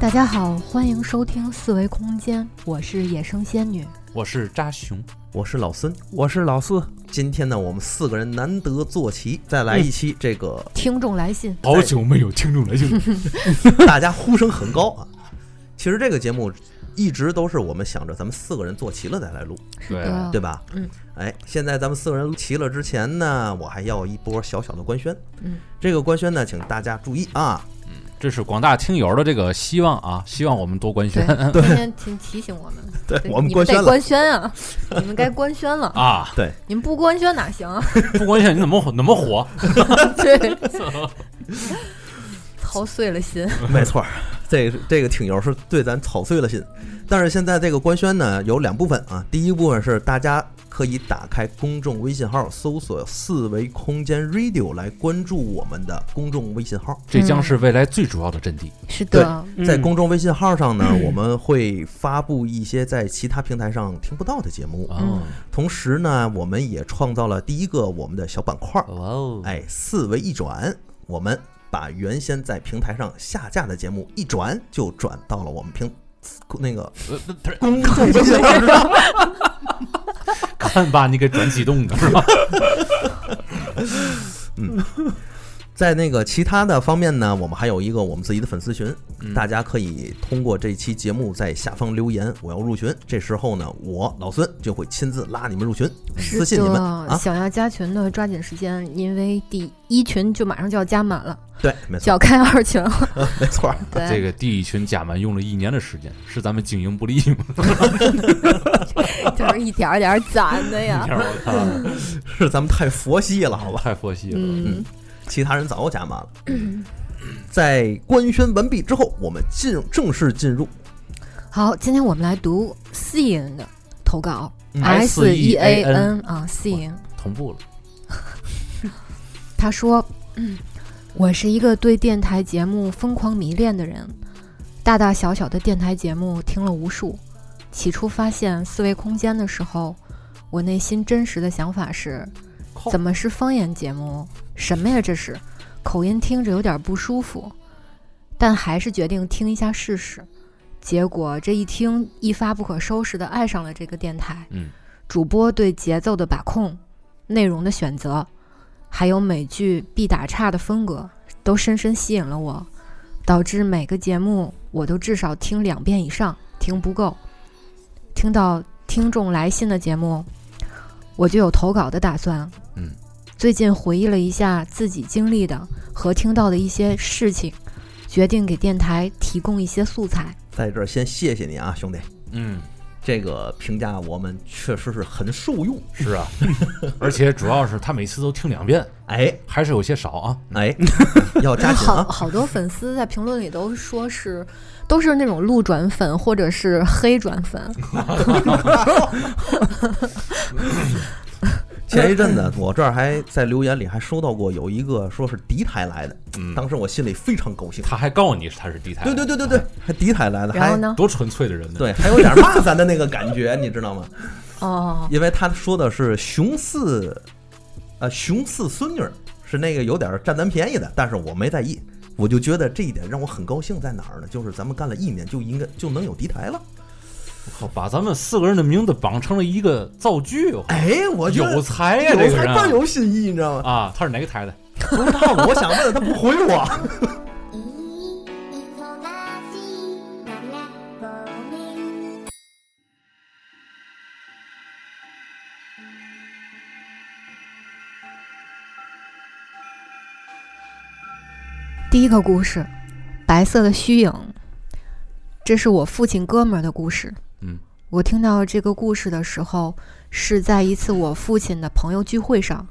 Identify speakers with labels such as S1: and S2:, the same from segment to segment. S1: 大家好，欢迎收听四维空间，我是野生仙女。
S2: 我是扎熊，
S3: 我是老孙。
S4: 我是老四，
S3: 今天呢，我们四个人难得坐齐，再来一期这个
S1: 听众来信，
S3: 哦
S2: 好久没有听众来信，
S4: 嗯
S3: 大家呼声很高啊。其实这个节目一直都是我们想着咱们四个人坐齐了再来录，
S1: 是
S2: 对
S1: 的，
S4: 哦
S2: 啊
S3: 对吧？
S1: 嗯。
S3: 哎，现在咱们四个人齐了之前呢，我还要一波小小的官宣。
S1: 嗯。
S3: 这个官宣呢，请大家注意啊。
S2: 这是广大听友的这个希望啊，希望我们多官宣
S3: 啊
S1: 对，今天请提醒我们，
S3: 对
S1: 对
S3: 我们
S1: 你
S3: 官宣
S1: 得
S3: 了。
S1: 官宣 啊，你们该官宣了，
S2: 啊，
S1: 你们不官宣哪行啊？
S2: 不官宣你怎么火怎么火？
S1: 对，操碎了心，
S3: 没错儿，这个这个听友是对咱操碎了心。但是现在这个官宣呢，有两部分啊。第一部分是大家可以打开公众微信号，搜索“四维空间 radio” 来关注我们的公众微信号。
S2: 这将是未来最主要的阵地。
S1: 是
S3: 对
S1: 的，
S3: 在公众微信号上呢，我们会发布一些在其他平台上听不到的节目。
S1: 嗯
S2: 哦，
S3: 同时呢，我们也创造了第一个我们的小板块儿，
S2: 哇哦，
S3: 哎，四维一转，我们把原先在平台上下架的节目一转就转到了我们平那个
S2: 呃不不是
S3: 公众微信号上。
S2: 看把你给转激动的是吧？
S3: 在那个其他的方面呢，我们还有一个我们自己的粉丝群，
S2: 嗯
S3: 大家可以通过这期节目在下方留言，我要入群。这时候呢，我老孙就会亲自拉你们入群，私
S1: 是
S3: 信你们
S1: 的，
S3: 啊。
S1: 想要加群的抓紧时间，因为第一群就马上就要加满了，
S3: 对，没
S1: 就
S3: 错
S1: 要，开二群了，
S3: 没错。
S1: 对，
S2: 这个地一群甲们用了一年的时间，是咱们经营不力吗？
S1: 就是一点儿一点儿攒的呀
S2: 你，看我操，
S3: 是咱们太佛系了，好 吧？
S2: 太佛系了。
S1: 嗯，
S3: 其他人早就加满了。在官宣完毕之后，我们进正式进入。
S1: 好，今天我们来读 Sean 的投稿、
S3: 嗯
S1: S E A
S2: SEAN
S1: N 啊，Sean
S2: 同步了，
S1: 他说：“我是一个对电台节目疯狂迷恋的人，大大小小的电台节目听了无数。起初发现四维空间的时候，我内心真实的想法是：
S2: 靠
S1: 怎么是方言节目？什么呀这是？口音听着有点不舒服，但还是决定听一下试试。结果这一听，一发不可收拾的爱上了这个电台。
S2: 嗯，
S1: 主播对节奏的把控、内容的选择，还有每句必打岔的风格，都深深吸引了我，导致每个节目我都至少听两遍以上，听不够。听到听众来信的节目，我就有投稿的打算。
S2: 嗯，
S1: 最近回忆了一下自己经历的和听到的一些事情，决定给电台提供一些素材。
S3: 在这儿先谢谢你啊，兄弟，
S2: 嗯，
S3: 这个评价我们确实是很受用。
S2: 是啊， 而且主要是他每次都听两遍，
S3: 哎
S2: 还是有些少啊。
S3: 哎，要加紧
S1: 好
S3: 啊！
S1: 好多粉丝在评论里都说是，都是那种路转粉或者是黑转粉。
S3: 前一阵子我这儿还在留言里还收到过有一个说是敌台来的，
S2: 嗯，
S3: 当时我心里非常高兴。
S2: 他还告你他是地台，哎
S3: 对对对对对，，还敌台来的，
S1: 然后
S3: 还
S1: 呢？
S2: 多纯粹的人呢。
S3: 对，还有点骂咱的那个感觉，你知道吗？
S1: 哦，
S3: 因为他说的是熊四，呃，熊四孙女儿是那个有点占咱便宜的，但是我没在意，我就觉得这一点让我很高兴，在哪儿呢？就是咱们干了一年就应该就能有敌台了。
S2: 靠，哦把咱们四个人的名字绑成了一个造句，我靠
S3: 哎，我觉得
S2: 有才呀、这
S3: 有
S2: 个
S3: 才
S2: 人
S3: 更有新意，你知道吗？
S2: 啊，他是哪个台的？
S3: 啊不知道，我想问他不回我。
S5: いい忙しいのねごめん
S1: 第一个故事，白色的虚影，这是我父亲哥们儿的故事。
S2: 嗯，
S1: 我听到这个故事的时候，是在一次我父亲的朋友聚会上，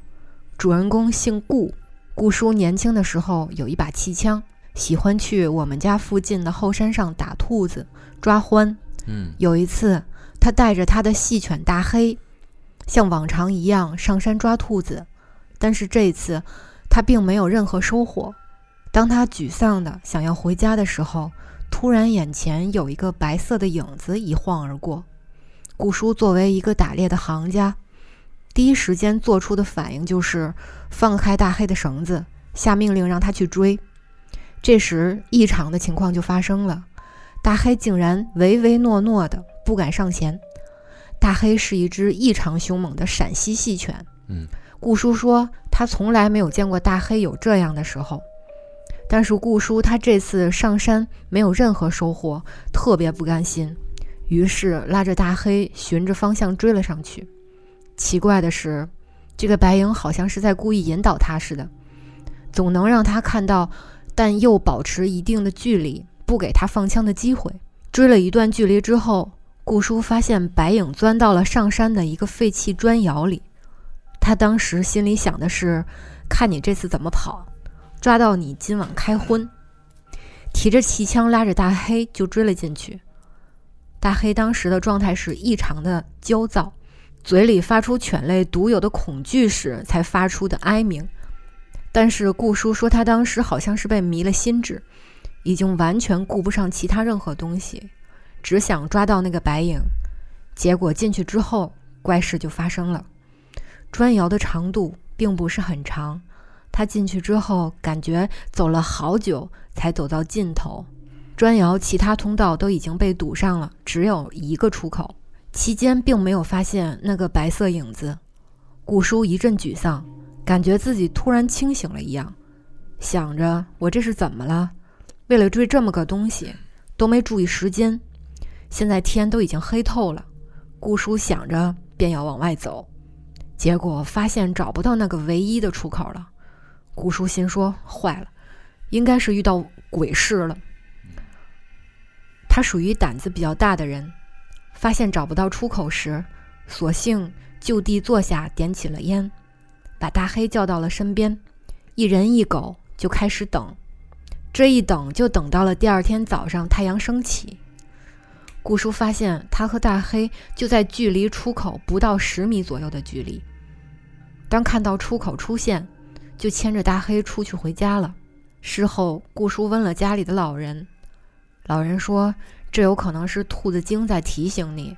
S1: 主人公姓顾，顾叔年轻的时候有一把气枪，喜欢去我们家附近的后山上打兔子、抓獾。
S2: 嗯，
S1: 有一次，他带着他的细犬大黑，像往常一样上山抓兔子，但是这一次他并没有任何收获。当他沮丧的想要回家的时候，突然眼前有一个白色的影子一晃而过。顾叔作为一个打猎的行家，第一时间做出的反应就是放开大黑的绳子，下命令让他去追。这时，异常的情况就发生了。大黑竟然唯唯诺诺的不敢上前。大黑是一只异常凶猛的陕西细犬。
S2: 嗯，
S1: 顾叔说他从来没有见过大黑有这样的时候。但是顾叔他这次上山没有任何收获，特别不甘心，于是拉着大黑循着方向追了上去。奇怪的是，这个白影好像是在故意引导他似的，总能让他看到，但又保持一定的距离，不给他放枪的机会。追了一段距离之后，顾叔发现白影钻到了上山的一个废弃砖窑里。他当时心里想的是：看你这次怎么跑，抓到你今晚开荤。提着气枪拉着大黑就追了进去。大黑当时的状态是异常的焦躁，嘴里发出犬类独有的恐惧时才发出的哀鸣。但是顾叔说，他当时好像是被迷了心智，已经完全顾不上其他任何东西，只想抓到那个白影。结果进去之后，怪事就发生了。砖窑的长度并不是很长，他进去之后感觉走了好久才走到尽头。砖窑其他通道都已经被堵上了，只有一个出口。期间并没有发现那个白色影子。顾叔一阵沮丧，感觉自己突然清醒了一样，想着我这是怎么了？为了追这么个东西，都没注意时间。现在天都已经黑透了，顾叔想着便要往外走，结果发现找不到那个唯一的出口了。顾叔心说：“坏了，应该是遇到鬼事了。”他属于胆子比较大的人，发现找不到出口时，索性就地坐下，点起了烟，把大黑叫到了身边，一人一狗就开始等。这一等就等到了第二天早上太阳升起。顾叔发现他和大黑就在距离出口不到十米左右的距离。当看到出口出现，就牵着大黑出去回家了。事后，顾叔问了家里的老人，老人说这有可能是兔子精在提醒你，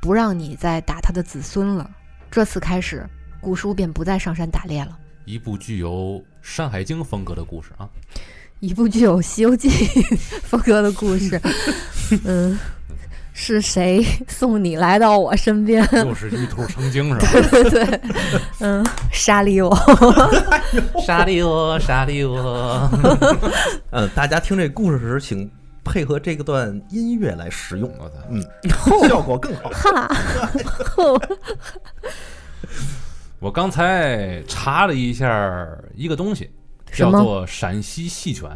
S1: 不让你再打他的子孙了。这次开始，顾叔便不再上山打猎了。
S2: 一部具有《山海经》风格的故 事啊，
S1: 一部具有《西游记》 风格的故事。嗯，是谁送你来到我身边？
S2: 又是玉兔成精是吧？
S1: 对，嗯，沙利我。
S2: 沙利我，沙利 我，
S3: 呃，大家听这故事时，请配合这个段音乐来使用，
S2: 我操！
S3: 嗯，效果更好。
S1: 哈，
S2: 我刚才查了一下一个东西，
S1: 什
S2: 叫
S1: 么
S2: 做陕西细犬。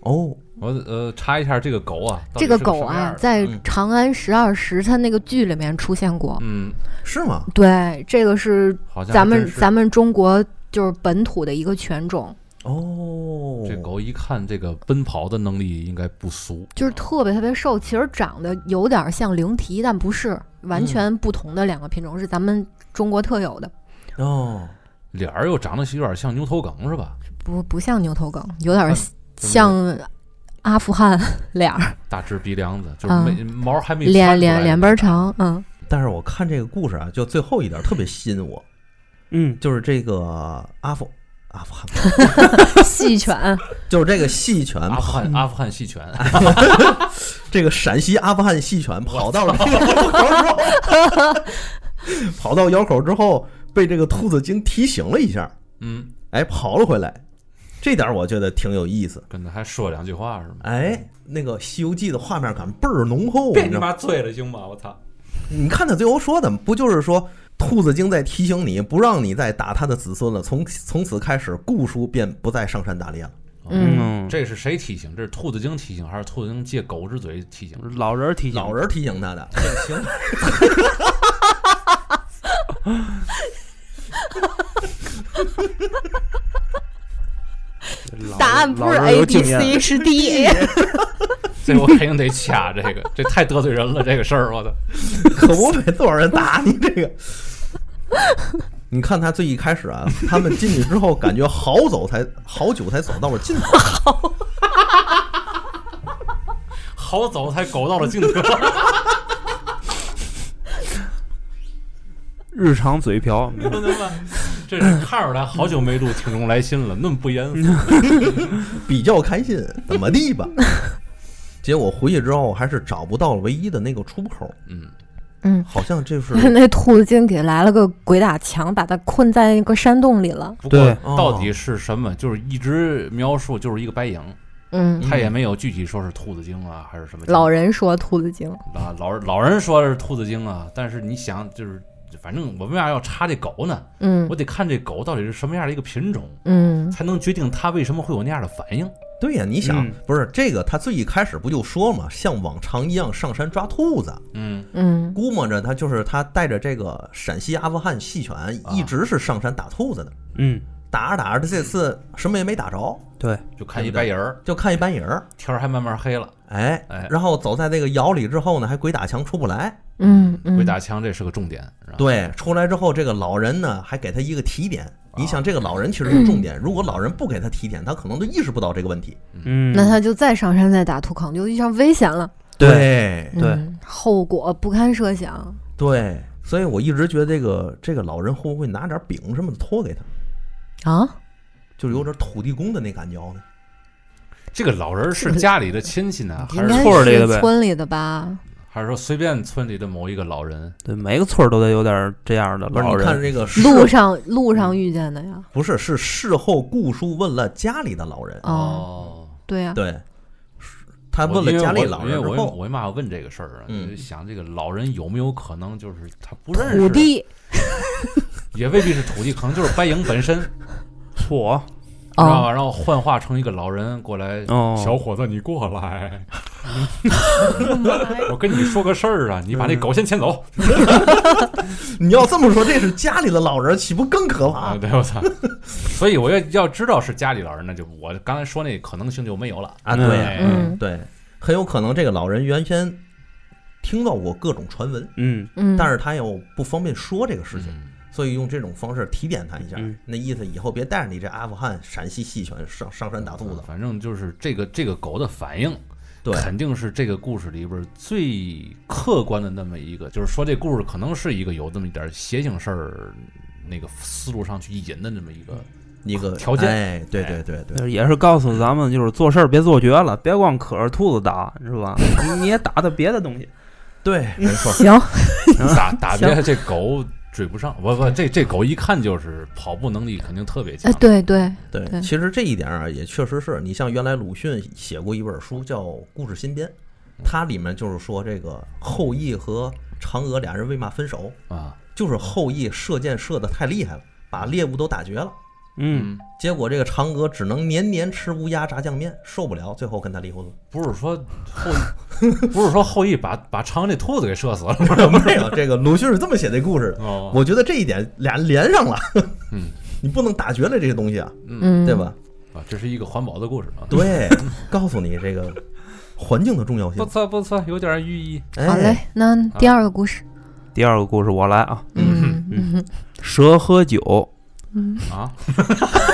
S3: 哦，
S2: 我呃查一下这个狗啊，到底
S1: 这
S2: 是个
S1: 个狗
S2: 什么
S1: 啊
S2: 样，的
S1: 在
S3: 嗯
S1: 《长安十二时》它那个剧里面出现过。
S2: 嗯，
S3: 是吗？
S1: 对，这个是
S2: 好像
S1: 咱
S2: 还
S1: 们
S2: 真是
S1: 咱们中国就是本土的一个犬种，
S3: 哦，
S2: 这狗一看这个奔跑的能力应该不俗，
S1: 就是特别特别瘦，其实长得有点像灵缇，但不是，
S2: 嗯
S1: 完全不同的两个品种，是咱们中国特有的，
S3: 哦，
S2: 脸儿又长得有点像牛头梗是吧？
S1: 不不像牛头梗，有点
S2: 嗯
S1: 像阿富汗脸儿，
S2: 大致鼻梁子，就是
S1: 嗯
S2: 没、毛还没窜
S1: 脸
S2: 出来
S1: 脸脸
S2: 呢
S1: 边儿长， 嗯，
S3: 但是我看这个故事啊，就最后一点特别吸引我，
S6: 嗯，
S3: 就是这个阿富阿富汗，
S1: 细犬，
S3: 就是这个细犬
S2: 阿富汗阿富汗细犬，
S3: 这个陕西阿富汗细犬跑到了腰口之后， 跑到腰口之后被这个兔子精提醒了一下，
S2: 嗯，
S3: 哎，跑了回来，这点我觉得挺有意思。
S2: 跟他还说两句话是吗？
S3: 哎，那个《西游记》的画面感倍儿浓厚，
S2: 别
S3: 你
S2: 你
S3: 知道吗？
S2: 妈醉了行吗？我操！
S3: 你看他最后说的，不就是说兔子精在提醒你，不让你再打他的子孙了。从从此开始，顾叔便不再上山打猎了。
S1: 嗯，
S2: 这是谁提醒？这是兔子精提醒，还是兔子精借狗之嘴提 醒？
S6: 嗯老人儿提醒，
S3: 老人提醒他的，行，
S6: 老
S1: 答案不是
S6: 老人
S1: A
S6: 有经
S1: B
S6: 验
S1: C 是 D，
S2: 这我肯定得掐这个，这太得罪人了，这个事儿，我操！
S3: 可不呗，多少人打你这个？ 你看他最一开始啊，他们进去之后感觉好走才好久才走到了尽头，
S2: 好走才狗到了尽头。
S6: 日常嘴瓢，没有
S2: 真的吗？这是看出来好久没录听众
S1: 嗯
S2: 来信了，那么不严肃。
S3: 比较开心，怎么地吧？结果回去之后还是找不到唯一的那个出口，
S2: 嗯，
S7: 嗯，
S3: 好像这是
S1: 那兔子精给来了个鬼打墙，把他困在那个山洞里了。
S2: 不过
S6: 对
S2: 到底是什么，就是一直描述就是一个白影，
S1: 嗯，
S2: 他也没有具体说是兔子精啊还是什么精
S1: 老人说兔子精，
S2: 啊，老人老人说是兔子精啊，但是你想就是。反正我为啥要插这狗呢？
S1: 嗯
S2: 我得看这狗到底是什么样的一个品种，
S1: 嗯
S2: 才能决定它为什么会有那样的反应。
S3: 对呀、你想，
S6: 嗯
S3: 不是这个，他最一开始不就说嘛，像往常一样上山抓兔子，
S2: 嗯，
S1: 嗯
S3: 估摸着他就是他带着这个陕西阿富汗细犬，一直是上山打兔子的，
S6: 嗯，
S3: 打着打着，这次什么也没打着，
S6: 对，
S2: 就看一白人儿，
S3: 就看一白影儿，
S2: 天儿还慢慢黑了。
S3: 哎
S2: 哎，
S3: 然后走在这个窑里之后呢，还鬼打墙出不来，
S1: 嗯嗯，
S2: 鬼打墙这是个重点，啊是啊吧？
S3: 对，出来之后这个老人呢还给他一个提点。你想，这个老人其实是重点，如果老人不给他提点，他可能都意识不到这个问题。
S6: 嗯，
S7: 那他就再上山再打兔坑，就遇上危险了。
S6: 对，
S3: 对
S6: 对
S7: 嗯，后果不堪设想。
S3: 对，所以我一直觉得这个这个老人会不会拿点饼什么的托给他，
S7: 啊，
S3: 就是有点土地公的那感觉呢？
S2: 这个老人儿是家里的亲戚呢，还
S7: 应
S2: 是
S7: 该
S2: 说
S6: 村儿里的
S7: 是
S6: 呗
S7: 村里的吧？
S2: 还是说随便村里的某一个老人？
S6: 对，每个村儿都得有点这样的
S3: 不是，
S6: 老
S3: 你看
S6: 人，
S3: 这个事
S7: 路上路上遇见的呀。
S3: 不是是事后顾叔问了家里的老人，
S7: 哦，
S2: 哦，
S7: 对呀，
S3: 对，是他
S2: 我
S3: 问了
S2: 因为
S3: 家里
S2: 我
S3: 老
S2: 因为
S3: 人之
S2: 我
S3: 后，
S2: 我妈问这个事儿啊，
S3: 嗯
S2: 就想这个老人有没有可能就是他不认识
S7: 土地
S2: 也未必是土地，可能就是白影本身，
S6: 嚯，
S2: 知道
S7: 哦，
S2: 吧？然后幻化成一个老人过来，
S6: 哦，
S2: 小伙子你过来， 我跟你说个事儿啊，你把那狗先牵走
S3: 你要这么说，这是家里的老人，岂不更可
S2: 啊！
S3: 怕？
S2: 对，我操！所以我要要知道是家里老人，那就我刚才说那可能性就没有了。
S3: 啊，
S6: 嗯
S3: 对
S2: 哎
S7: 嗯
S3: 对，很有可能这个老人原先听到过各种传闻，
S6: 嗯，
S7: 嗯，
S3: 但是他又不方便说这个事情。
S2: 嗯
S3: 所以用这种方式提点他一下，
S6: 嗯
S3: 那意思以后别带着你这阿富汗、陕西细犬上上山打兔子。
S2: 反正就是这个这个狗的反应，
S3: 对，
S2: 肯定是这个故事里边儿最客观的那么一个，就是说这故事可能是一个有这么一点儿邪性事儿，那个思路上去引的那么一个，
S3: 一个
S2: 嗯条件
S3: 哎，对对对对，
S6: 也是告诉咱们，就是做事儿别做绝了，别光可着兔子打，是吧？ 你你也打打别的东西，
S3: 对，没错，
S1: 行，
S2: 打打别的这狗追不上，不不，这这狗一看就是跑步能力肯定特别强
S6: 呃
S7: 哎，，对对，
S3: 对。
S7: 对
S3: 其实这一点啊，也确实是你像原来鲁迅写过一本书叫《故事新编》，
S2: 嗯
S3: 它里面就是说这个后羿和嫦娥俩人为嘛分手，
S2: 啊，
S3: 就是后羿射箭射的太厉害了，把猎物都打绝了。
S6: 嗯，
S3: 结果这个嫦娥只能年年吃乌鸦炸酱面，受不了，最后跟他离婚了。
S2: 不是说后羿不是说后羿把把长安那兔子给射死了吗？
S3: 没有这个，鲁迅是这么写这故事 的。
S2: 哦，
S3: 我觉得这一点俩人连上了，
S2: 嗯，
S3: 你不能打绝了这个东西啊，
S2: 嗯
S7: 嗯，
S3: 对？吧？
S2: 啊，这是一个环保的故事啊，
S3: 对，告诉你这个环境的重要
S2: 不
S3: 性。
S2: 错不错，有点寓意。
S3: 哎、
S7: 嗯好嘞，，那第二个故事，
S6: 第二个故事我来啊，
S7: 嗯
S6: 嗯
S7: 嗯
S6: 蛇喝酒，
S2: 啊，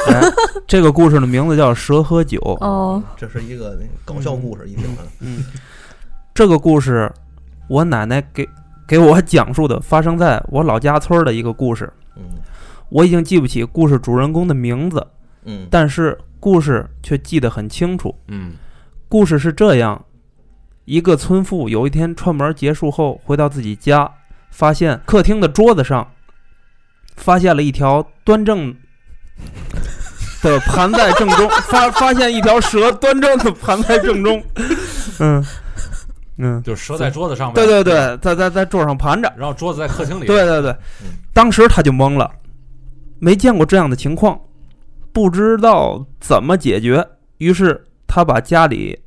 S6: 哎这个故事的名字叫《蛇喝酒》。
S1: 哦，
S3: 这是一个那个搞笑故事，一听啊，
S6: 嗯，这个故事我奶奶给给我讲述的，发生在我老家村儿的一个故事。
S3: 嗯
S6: 我已经记不起故事主人公的名字，
S3: 嗯，
S6: 但是故事却记得很清楚。
S2: 嗯
S6: 故事是这样：一个村妇有一天串门结束后回到自己家，发现客厅的桌子上发现了一条端正的盘在正中，发发现一条蛇端正的盘在正中。嗯 嗯，
S2: 就是蛇在桌子上面，
S6: 对对对，在在在桌上盘着。
S2: 然后桌子在客厅里，
S6: 对对对，
S2: 嗯
S6: 当时他就懵了，没见过这样的情况，不知道怎么解决。于是他把家里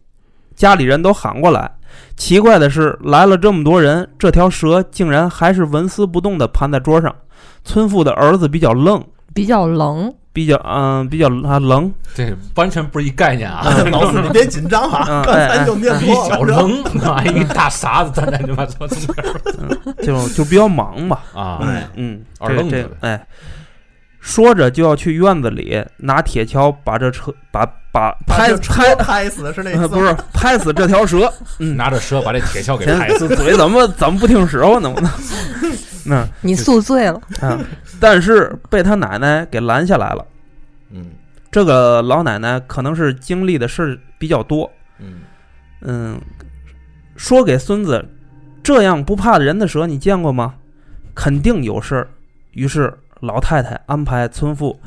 S6: 家里人都喊过来。奇怪的是，来了这么多人，这条蛇竟然还是纹丝不动地盘在桌上。村妇的儿子比较愣，
S1: 比较冷，
S6: 比较嗯、比较啊愣，
S2: 这完全不是一概念啊！
S3: 老师你别紧张 啊，
S6: 嗯
S3: 刚才就念
S2: 一
S3: 错
S2: 小
S3: 了。
S2: 扔，啊，一大傻子站在你妈桌子 边儿
S6: 就就比较忙吧。
S2: 啊！
S3: 哎，
S6: 嗯，
S2: 耳
S6: 这
S2: 愣
S6: 这
S2: 子呗
S6: 哎，说着就要去院子里拿铁锹把这车把把
S3: 把
S6: 拍
S3: 这车
S6: 拍
S3: 拍死哎的是那
S6: 呃
S3: 次，
S6: 不是拍死这条蛇，哎嗯，
S2: 拿着蛇把这铁锹给
S6: 前
S2: 拍死，
S6: 嘴怎么怎么不听使唤呢？我呢，那
S1: 你宿醉了，
S6: 啊，但是被他奶奶给拦下来了。
S3: 嗯
S6: 这个老奶奶可能是经历的事儿比较多，
S3: 嗯
S6: 嗯，说给孙子，这样不怕人的蛇你见过吗？肯定有事儿。于是老太太安排村妇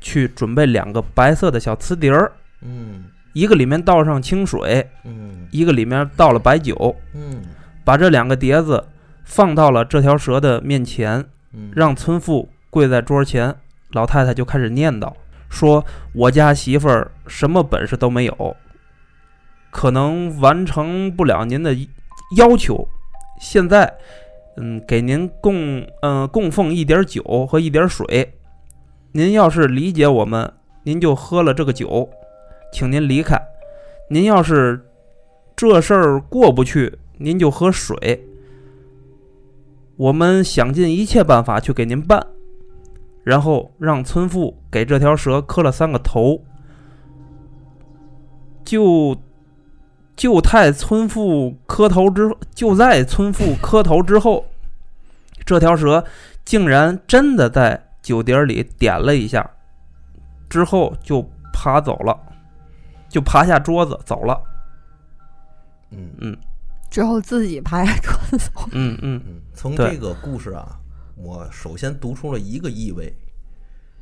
S6: 去准备两个白色的小瓷碟儿，
S3: 嗯
S6: 一个里面倒上清水，
S3: 嗯
S6: 一个里面倒了白酒，
S3: 嗯
S6: 把这两个碟子放到了这条蛇的面前，
S3: 嗯，
S6: 让村妇跪在桌前。老太太就开始念叨，说：“我家媳妇儿什么本事都没有，可能完成不了您的要求。现在，嗯，给您供嗯、供奉一点酒和一点水。您要是理解我们，您就喝了这个酒，请您离开。您要是这事儿过不去，您就喝水。我们想尽一切办法去给您办，然后让村妇给这条蛇磕了三个头。就就太村妇磕头之后，就在村妇磕头之后，这条蛇竟然真的在酒碟儿里点了一下，之后就爬走了，就爬下桌子走了。
S3: 嗯
S6: 嗯
S7: 之后自己爬下桌子 走。
S6: 嗯嗯，
S3: 嗯，从
S6: 对
S3: 这个故事啊，我首先读出了一个意味，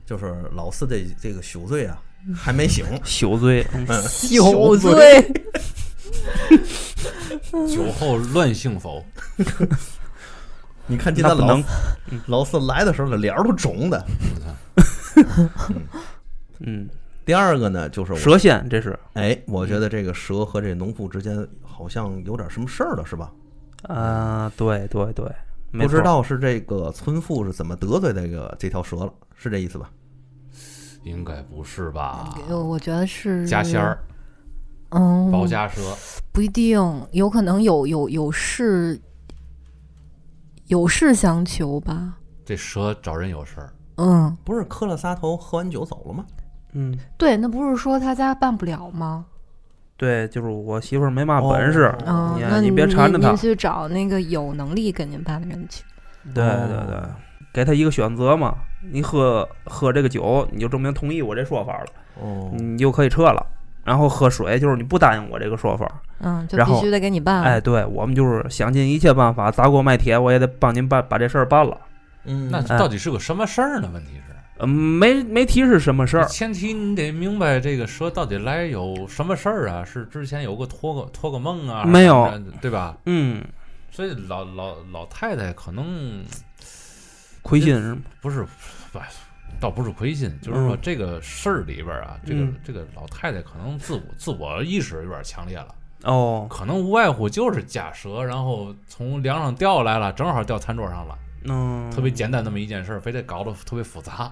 S3: 就是老四这这个宿醉啊还没醒，
S6: 宿醉。嗯
S3: 嗯，
S1: 有
S3: 醉
S1: 罪，
S2: 酒后乱性否？
S3: 你看今天
S6: 那不
S3: 老
S6: 能
S3: 老四来的时候，那脸儿都肿的。
S6: 嗯，
S3: 第二个呢，就是我，
S6: 蛇仙这是
S3: 哎，我觉得这个蛇和这农妇之间好像有点什么事儿了，是吧？
S6: 啊，对对对，没
S3: 不知
S6: 错
S3: 道是这个村妇是怎么得罪这个这条蛇了，是这意思吧？
S2: 应该不是吧？
S1: 我觉得 是
S2: 加仙儿，
S1: 嗯，
S2: 包夹蛇，
S1: 不一定，有可能有有有事，有事相求吧。
S2: 这蛇找人有事儿。
S1: 嗯，
S3: 不是磕了仨头，喝完酒走了吗？
S6: 嗯，
S1: 对，那不是说他家办不了吗？
S6: 对，就是我媳妇儿没嘛本事，
S1: 嗯，
S6: 你
S1: 那
S6: 哦你别缠着
S1: 您
S6: 她
S1: 去找那个有能力给您办的人去。
S6: 对对对，给她一个选择嘛，你喝喝这个酒，你就证明同意我这说法了，
S3: 哦，
S6: 你就可以撤了。然后喝水就是你不答应我这个说法，
S1: 嗯，就
S6: 然
S1: 必
S6: 后
S1: 须得给你办。
S6: 哎，对我们就是想尽一切办法砸锅卖铁，我也得帮您办把这事儿办了。
S3: 嗯，
S2: 那
S6: 哎
S2: 到底是个什么事儿呢？问题是，
S6: 嗯，没没提是什么事儿，
S2: 前提你得明白这个蛇到底来有什么事儿啊？是之前有个托个托个梦啊？
S6: 没有
S2: 还是怎么着，对吧？
S6: 嗯，
S2: 所以老老老太太可能
S6: 亏心是吗？
S2: 不是，不，倒不是亏心，就是说
S6: 嗯
S2: 这个事儿里边儿啊，这个
S6: 嗯
S2: 这个老太太可能自我自我意识有点强烈了，
S6: 哦，
S2: 可能无外乎就是假蛇，然后从梁上掉下来了，正好掉餐桌上了，
S6: 嗯，
S2: 特别简单那么一件事儿，非得搞得特别复杂。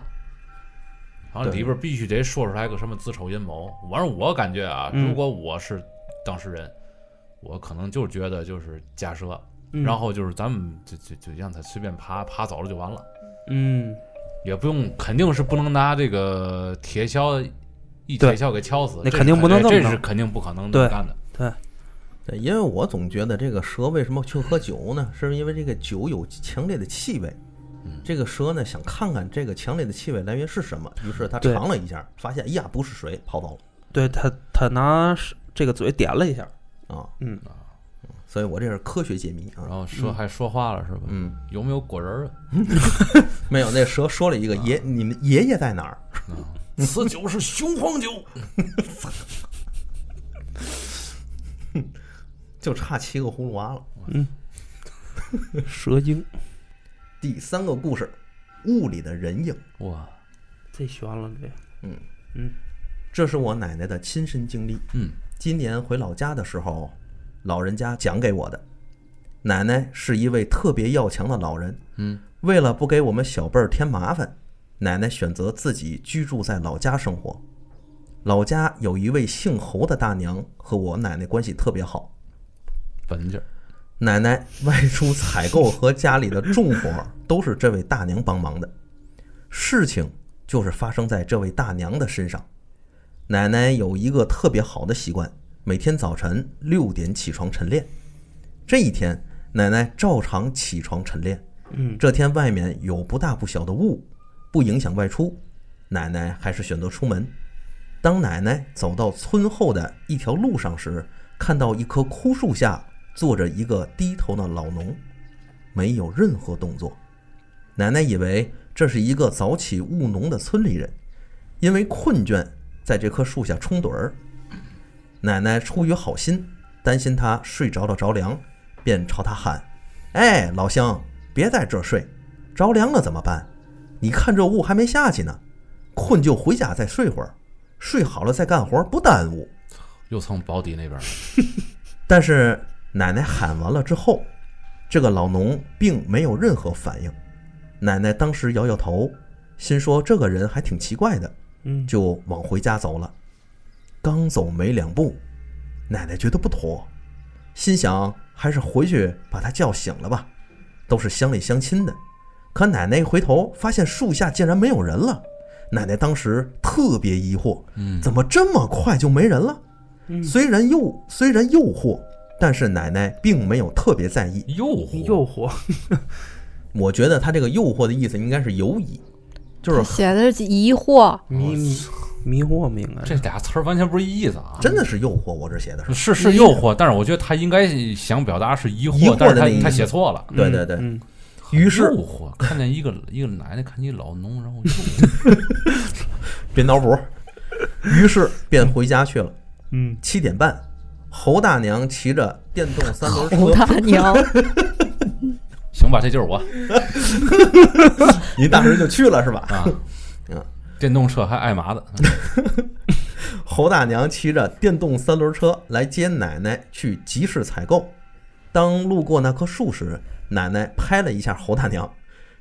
S2: 然后
S3: 对
S2: 里边儿必须得说出来个什么子丑寅卯，反正我感觉啊，
S6: 嗯
S2: 如果我是当事人，我可能就觉得就是假蛇，
S6: 嗯，
S2: 然后就是咱们就就就让他随便爬爬走了就完了。
S6: 嗯，
S2: 也不用，肯定是不能拿这个铁锹一
S6: 对
S2: 铁锹给敲死，
S6: 那
S2: 这
S6: 肯定不能
S2: 这
S6: 这么
S2: 这是
S6: 弄
S2: 肯定不可能
S6: 对
S2: 能干的。
S3: 对，因为我总觉得这个蛇为什么去喝酒呢？是因为这个酒有强烈的气味
S2: 嗯。
S3: 这个蛇呢，想看看这个强烈的气味来源是什么，于是它
S6: 对
S3: 尝了一下，发现哎呀不是水，跑走
S6: 对他他拿这个嘴点了一下，
S3: 了啊。
S6: 嗯，
S3: 所以我这是科学解谜
S2: 然
S3: 啊。
S2: 后蛇
S6: 嗯
S2: 还说话了是吧？
S3: 嗯，
S2: 有没有果仁儿啊？
S3: 没有，那蛇说了一个爷，你们爷爷在哪儿？
S2: 此酒是雄黄酒，
S3: 就差七个葫芦娃了。
S6: 蛇精，
S3: 第三个故事，雾里的人影，
S2: 哇，
S6: 这悬了这，
S3: 这是我奶奶的亲身经历。
S2: 嗯，
S3: 今年回老家的时候，老人家讲给我的。奶奶是一位特别要强的老人，
S2: 嗯，
S3: 为了不给我们小辈儿添麻烦，奶奶选择自己居住在老家生活。老家有一位姓侯的大娘和我奶奶关系特别好，
S2: 本劲儿，
S3: 奶奶外出采购和家里的重活儿都是这位大娘帮忙的，事情就是发生在这位大娘的身上。奶奶有一个特别好的习惯，每天早晨六点起床晨练。这一天，奶奶照常起床晨练。
S6: 嗯，
S3: 这天外面有不大不小的雾，不影响外出，奶奶还是选择出门。当奶奶走到村后的一条路上时，看到一棵枯树下坐着一个低头的老农，没有任何动作。奶奶以为这是一个早起务农的村里人，因为困倦在这棵树下冲盹儿。奶奶出于好心，担心他睡着了着凉，便朝他喊：“哎，老乡，别在这儿睡，着凉了怎么办？你看这雾还没下去呢，困就回家再睡会儿，睡好了再干活不耽误。”
S2: 又蹭保底那边了。
S3: 但是奶奶喊完了之后，这个老农并没有任何反应。奶奶当时摇摇头，心说这个人还挺奇怪的，
S6: 嗯，
S3: 就往回家走了。刚走没两步，奶奶觉得不妥，心想还是回去把他叫醒了吧，都是乡里乡亲的。可奶奶一回头，发现树下竟然没有人了。奶奶当时特别疑惑，
S2: 嗯，
S3: 怎么这么快就没人了？
S6: 嗯
S3: 虽然诱虽然诱惑，但是奶奶并没有特别在意。
S2: 诱惑
S6: 诱惑，
S3: 我觉得他这个诱惑的意思应该是犹疑，就是
S7: 写的是疑惑，
S6: 迷迷迷惑啊嘛，应该
S2: 这俩词儿完全不是一意思啊！
S3: 真的是诱惑。我这写的是，
S2: 是是诱惑，但是我觉得他应该想表达是疑惑，
S3: 疑惑的
S2: 但是
S3: 那意思
S2: 他他写错了。
S3: 对对对
S6: 嗯
S3: 于是
S2: 诱惑，看见一个一个男的，看见一老农，然后诱惑
S3: 别脑补。于是便回家去了。
S6: 嗯，
S3: 七点半，侯大娘骑着电动三轮
S7: 侯
S3: 车，
S7: 大娘
S2: 行吧，这 就是我
S3: 你当时就去了是吧？
S2: 啊
S3: 嗯。
S2: 电动车还爱麻子，
S3: 侯大娘骑着电动三轮车来接奶奶去集市采购。当路过那棵树时，奶奶拍了一下侯大娘，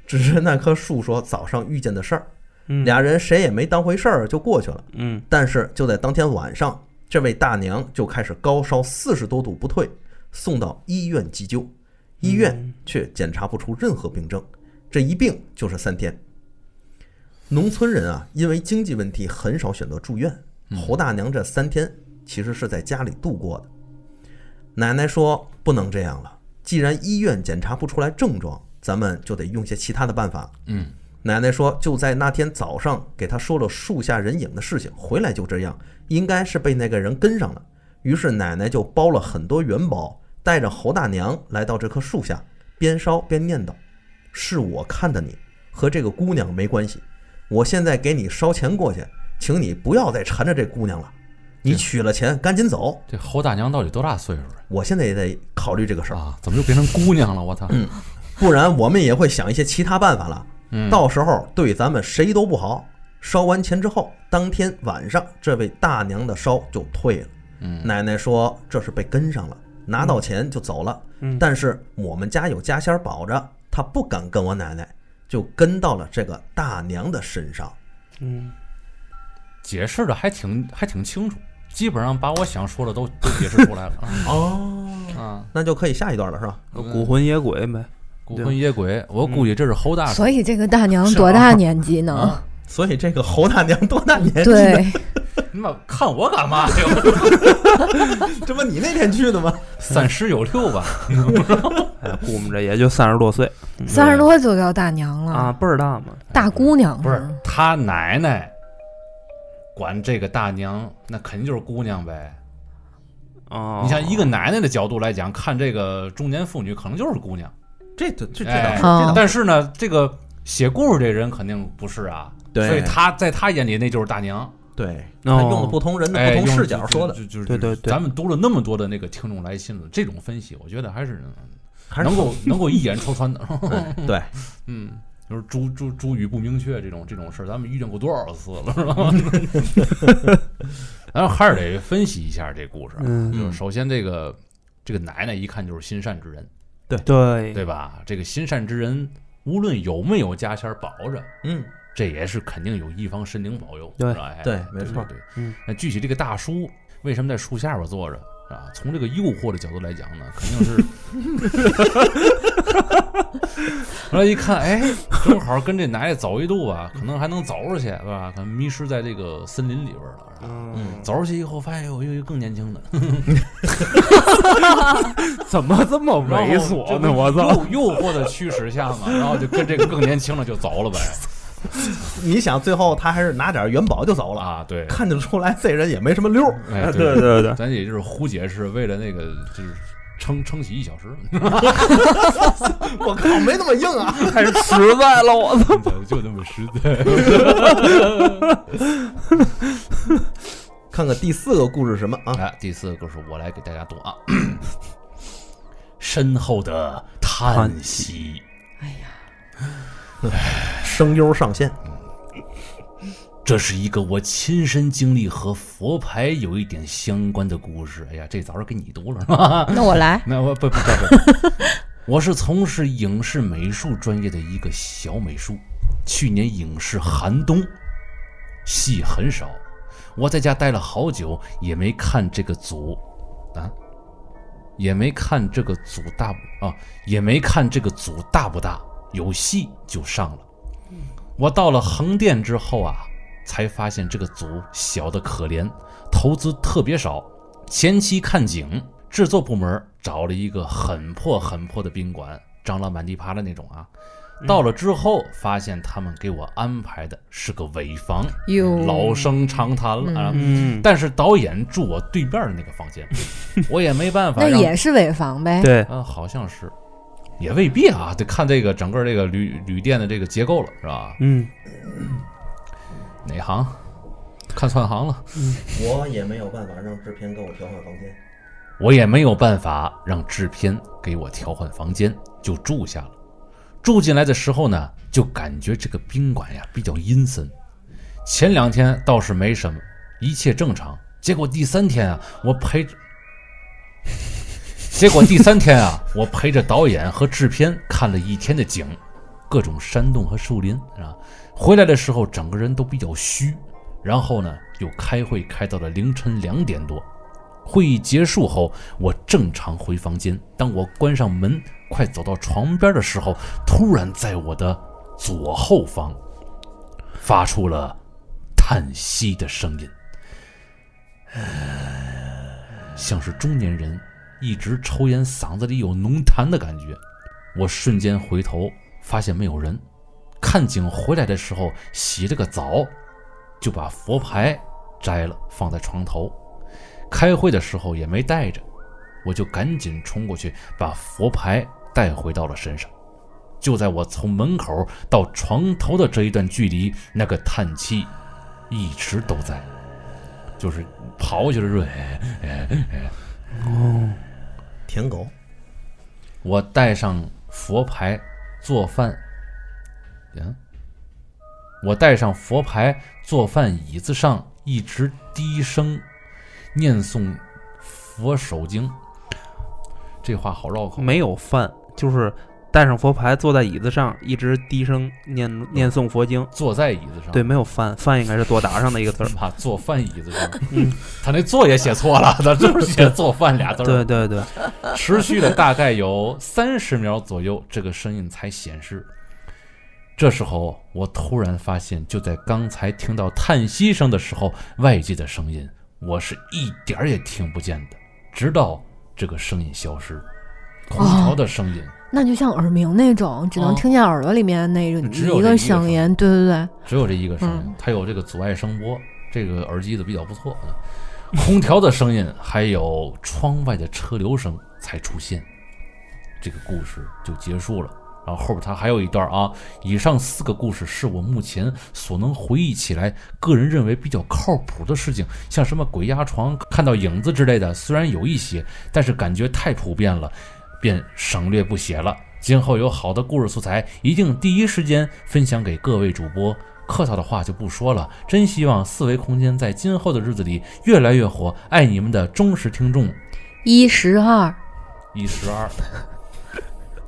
S3: 只是那棵树说早上遇见的事儿，
S6: 嗯
S3: 俩人谁也没当回事儿就过去了。
S6: 嗯
S3: 但是就在当天晚上，这位大娘就开始高烧四十多度不退，送到医院急救，医院却检查不出任何病症，这一病就是三天。农村人啊，因为经济问题很少选择住院，侯大娘这三天其实是在家里度过的。奶奶说不能这样了，既然医院检查不出来症状，咱们就得用些其他的办法。
S2: 嗯，
S3: 奶奶说，就在那天早上给她说了树下人影的事情，回来就这样，应该是被那个人跟上了。于是奶奶就包了很多元宝，带着侯大娘来到这棵树下，边烧边念叨：“是我看的你，和这个姑娘没关系。我现在给你烧钱过去，请你不要再缠着这姑娘了。你取了钱，赶紧走。
S2: 这侯大娘到底多大岁数了
S3: 我现在也得考虑这个事儿，
S2: 啊？怎么就变成姑娘了？我操！
S3: 嗯不然我们也会想一些其他办法了。”
S2: 嗯，
S3: 到时候对咱们谁都不好。烧完钱之后，当天晚上这位大娘的烧就退了。
S2: 嗯
S3: 奶奶说这是被跟上了，拿到钱就走了。
S6: 嗯
S3: 但是我们家有家仙儿保着，她不敢跟我奶奶，就跟到了这个大娘的身上。
S6: 嗯
S2: 解释的还挺还挺清楚，基本上把我想说的都都解释出 来了
S3: 哦，
S2: 啊。
S3: 那就可以下一段了，是吧？
S6: 孤魂野鬼呗，
S2: 孤魂野鬼，我估计这是侯大。
S1: 所以这个大娘
S6: 是
S1: 多
S6: 啊
S1: 大年纪呢？
S3: 所以这个侯大娘多大年纪？，
S6: 哎
S1: 对，
S2: 你妈看我干嘛 呀？
S3: 这不你那天去的吗？
S2: 三十有六吧，
S6: 哎，估摸着也就三十多岁
S1: 三十多就叫大娘了，
S6: 啊，倍儿大嘛，
S1: 大姑娘
S2: 不是
S3: 嗯
S2: 他奶奶管这个大娘，那肯定就是姑娘呗。
S6: 哦，
S2: 你像一个奶奶的角度来讲，看这个中年妇女，可能就是姑娘。
S3: 这这这这
S2: 哎
S3: 倒是，这倒是
S2: 但是呢，这个写故事这人肯定不是啊，
S3: 对
S2: 所以他在他眼里那就是大娘。
S3: 对，
S6: 哦
S3: 他用了不同人的
S2: 哎，
S3: 不同
S2: 用
S3: 视角说的，
S2: 就就就
S6: 对对对
S2: 咱们读了那么多的那个听众来信了，这种分析，我觉得还是
S3: 还是
S2: 能够能够一眼戳穿的。
S3: 哎对。
S2: 嗯，就是主主主语不明确这种这种事儿，咱们遇见过多少次了，是吧？然后还是得分析一下这故事啊。
S6: 嗯
S2: 就是首先这个这个奶奶一看就是心善之人，
S6: 对
S2: 对吧？这个心善之人，无论有没有家仙儿保着，
S3: 嗯，
S2: 这也是肯定有一方神灵保佑，
S6: 对
S2: 是吧？哎
S3: 对没错
S2: 对对
S6: 嗯
S2: 那具体这个大叔为什么在树下边坐着啊？从这个诱惑的角度来讲呢，肯定是。 后来一看，哎，正好跟这奶奶走一路啊，可能还能走出去，是吧？可能迷失在这个森林里边了，啊是吧
S6: 嗯，
S2: 走出去以后，发现有有一个更年轻的，
S6: 怎么这么
S2: 然后
S6: 猥琐
S2: 这
S6: 呢？
S2: 不
S6: 我操！
S2: 诱 诱惑的驱使下嘛，然后就跟这个更年轻的就走了呗。
S3: 你想，最后他还是拿点元宝就走了，
S2: 啊，对，
S3: 看得出来这人也没什么溜 儿。
S2: 哎，
S6: 对对 对，
S2: 咱也就是胡解是为了那个就是撑撑起一小时，
S3: 我靠，没那么硬啊！
S6: 太实在了，我操！
S2: 就那么实在。
S3: 看看第四个故事什么啊？
S2: 来，哎第四个故事我来给大家读啊，深厚的叹息。
S1: 哎呀，
S3: 声优上线，
S2: 这是一个我亲身经历和佛牌有一点相关的故事。哎呀，这早上给你读了是吧？。
S1: 那我来
S2: 那我不不不不，我是从事影视美术专业的一个小美术。去年影视寒冬，戏很少，我在家待了好久，也没看这个组啊，也没看这个组大不啊，也没看这个组大不大，有戏就上了。我到了横店之后啊，才发现这个组小的可怜，投资特别少。前期看景，制作部门找了一个很破很破的宾馆，蟑螂满地爬的那种啊。
S1: 嗯
S2: 到了之后，发现他们给我安排的是个尾房，
S1: 哟
S2: 老生常谈了啊。
S6: 嗯，
S2: 但是导演住我对面的那 个房间，我也没办法
S1: 那
S2: 让。
S1: 也是尾房呗。
S6: 对，
S2: 啊，好像是，也未必啊，得看这个整个这个旅旅店的这个结构了，是吧？
S6: 嗯，
S2: 哪行？看串行了，
S3: 我也没有办法让制片跟我调换房间。
S2: 我也没有办法让制片给我调换房间，就住下了。住进来的时候呢，就感觉这个宾馆呀比较阴森。前两天倒是没什么，一切正常。结果第三天啊，我陪着，结果第三天啊，我陪着导演和制片看了一天的景，各种山洞和树林啊。回来的时候，整个人都比较虚。然后呢，又开会开到了凌晨两点多。会议结束后，我正常回房间。当我关上门，快走到床边的时候，突然在我的左后方发出了叹息的声音，唉像是中年人一直抽烟，嗓子里有浓痰的感觉。我瞬间回头，发现没有人。看景回来的时候，洗了个澡，就把佛牌摘了，放在床头。开会的时候也没带着，我就赶紧冲过去把佛牌带回到了身上。就在我从门口到床头的这一段距离，那个叹气一直都在，就是跑过去的时候，哎哎哎，
S3: 舔狗，
S2: 我带上佛牌做饭，嗯，我带上佛牌做饭椅子上一直低声念诵佛手经，这话好绕口。
S6: 嗯
S2: 啊
S6: 没有饭，就是带上佛牌，坐在椅子上，一直低声念念诵佛经。
S2: 坐在椅子上，。
S6: 对，没有饭，饭应该是多打上的一个字儿
S2: 妈坐饭椅 子上，他那坐也写错了，他就是写做饭俩字
S6: 嗯对
S2: 儿。
S6: 对对，
S2: 持续了大概有三十秒左右，这个声音才显示。这时候，我突然发现，就在刚才听到叹息声的时候，外界的声音我是一点儿也听不见的，直到这个声音消失，空调的声音
S1: 那就像耳鸣那种，只能
S2: 哦
S1: 听见耳朵里面那
S2: 只有
S1: 一
S2: 这一个
S1: 个声音。对对对，
S2: 只有这一个声音
S1: 嗯，
S2: 它有这个阻碍声波，这个耳机子比较不错啊。 空调的声音，还有窗外的车流声才出现，这个故事就结束了。然后后边它还有一段啊，以上四个故事是我目前所能回忆起来，个人认为比较靠谱的事情，像什么鬼压床、看到影子之类的，虽然有一些，但是感觉太普遍了，便省略不写了。今后有好的故事素材，一定第一时间分享给各位主播。客套的话就不说了，真希望四维空间在今后的日子里越来越火。爱你们的忠实听众
S1: 一十二，
S2: 一十二，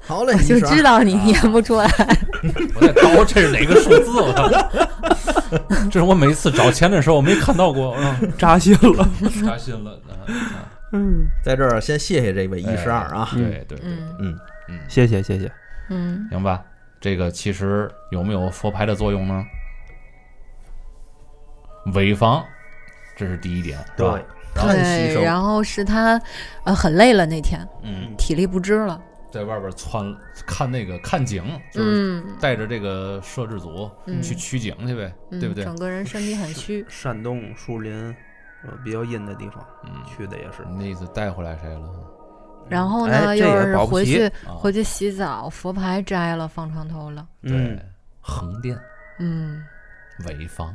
S3: 好嘞，
S1: 就
S3: 一十二
S1: 知道你念不出来。
S2: 我在高这是哪个数字？啊我操！ 这是我每次找钱的时候我没看到过，啊，
S6: 扎心了。
S2: 扎心了。啊啊
S6: 嗯，
S3: 在这儿先谢谢这位一十二啊，
S2: 哎对对对，
S1: 嗯
S3: 嗯，
S6: 谢谢谢谢。
S1: 嗯，
S2: 行吧。这个其实有没有佛牌的作用呢？伪防，这是第一点，是吧？
S3: 叹息
S1: 对，
S3: 声，
S1: 然后是他，呃，很累了那天，
S2: 嗯，
S1: 体力不支了，
S2: 在外边窜看那个看景，就是
S1: 嗯
S2: 带着这个摄制组
S1: 嗯
S2: 去取景去呗，
S1: 嗯，
S2: 对不对？
S1: 整个人身体很虚，
S6: 山洞、树林，呃，比较阴的地方
S2: 嗯，
S6: 去的也是。
S2: 你那次带回来谁了？
S1: 然后呢、
S6: 哎这
S1: 又
S6: 也
S1: 是
S6: 保不
S1: 回
S6: 齐
S1: 去
S2: 啊，
S1: 回去洗澡，佛牌摘了放床头了，
S6: 嗯
S2: 对，，横店
S1: 嗯
S2: 尾房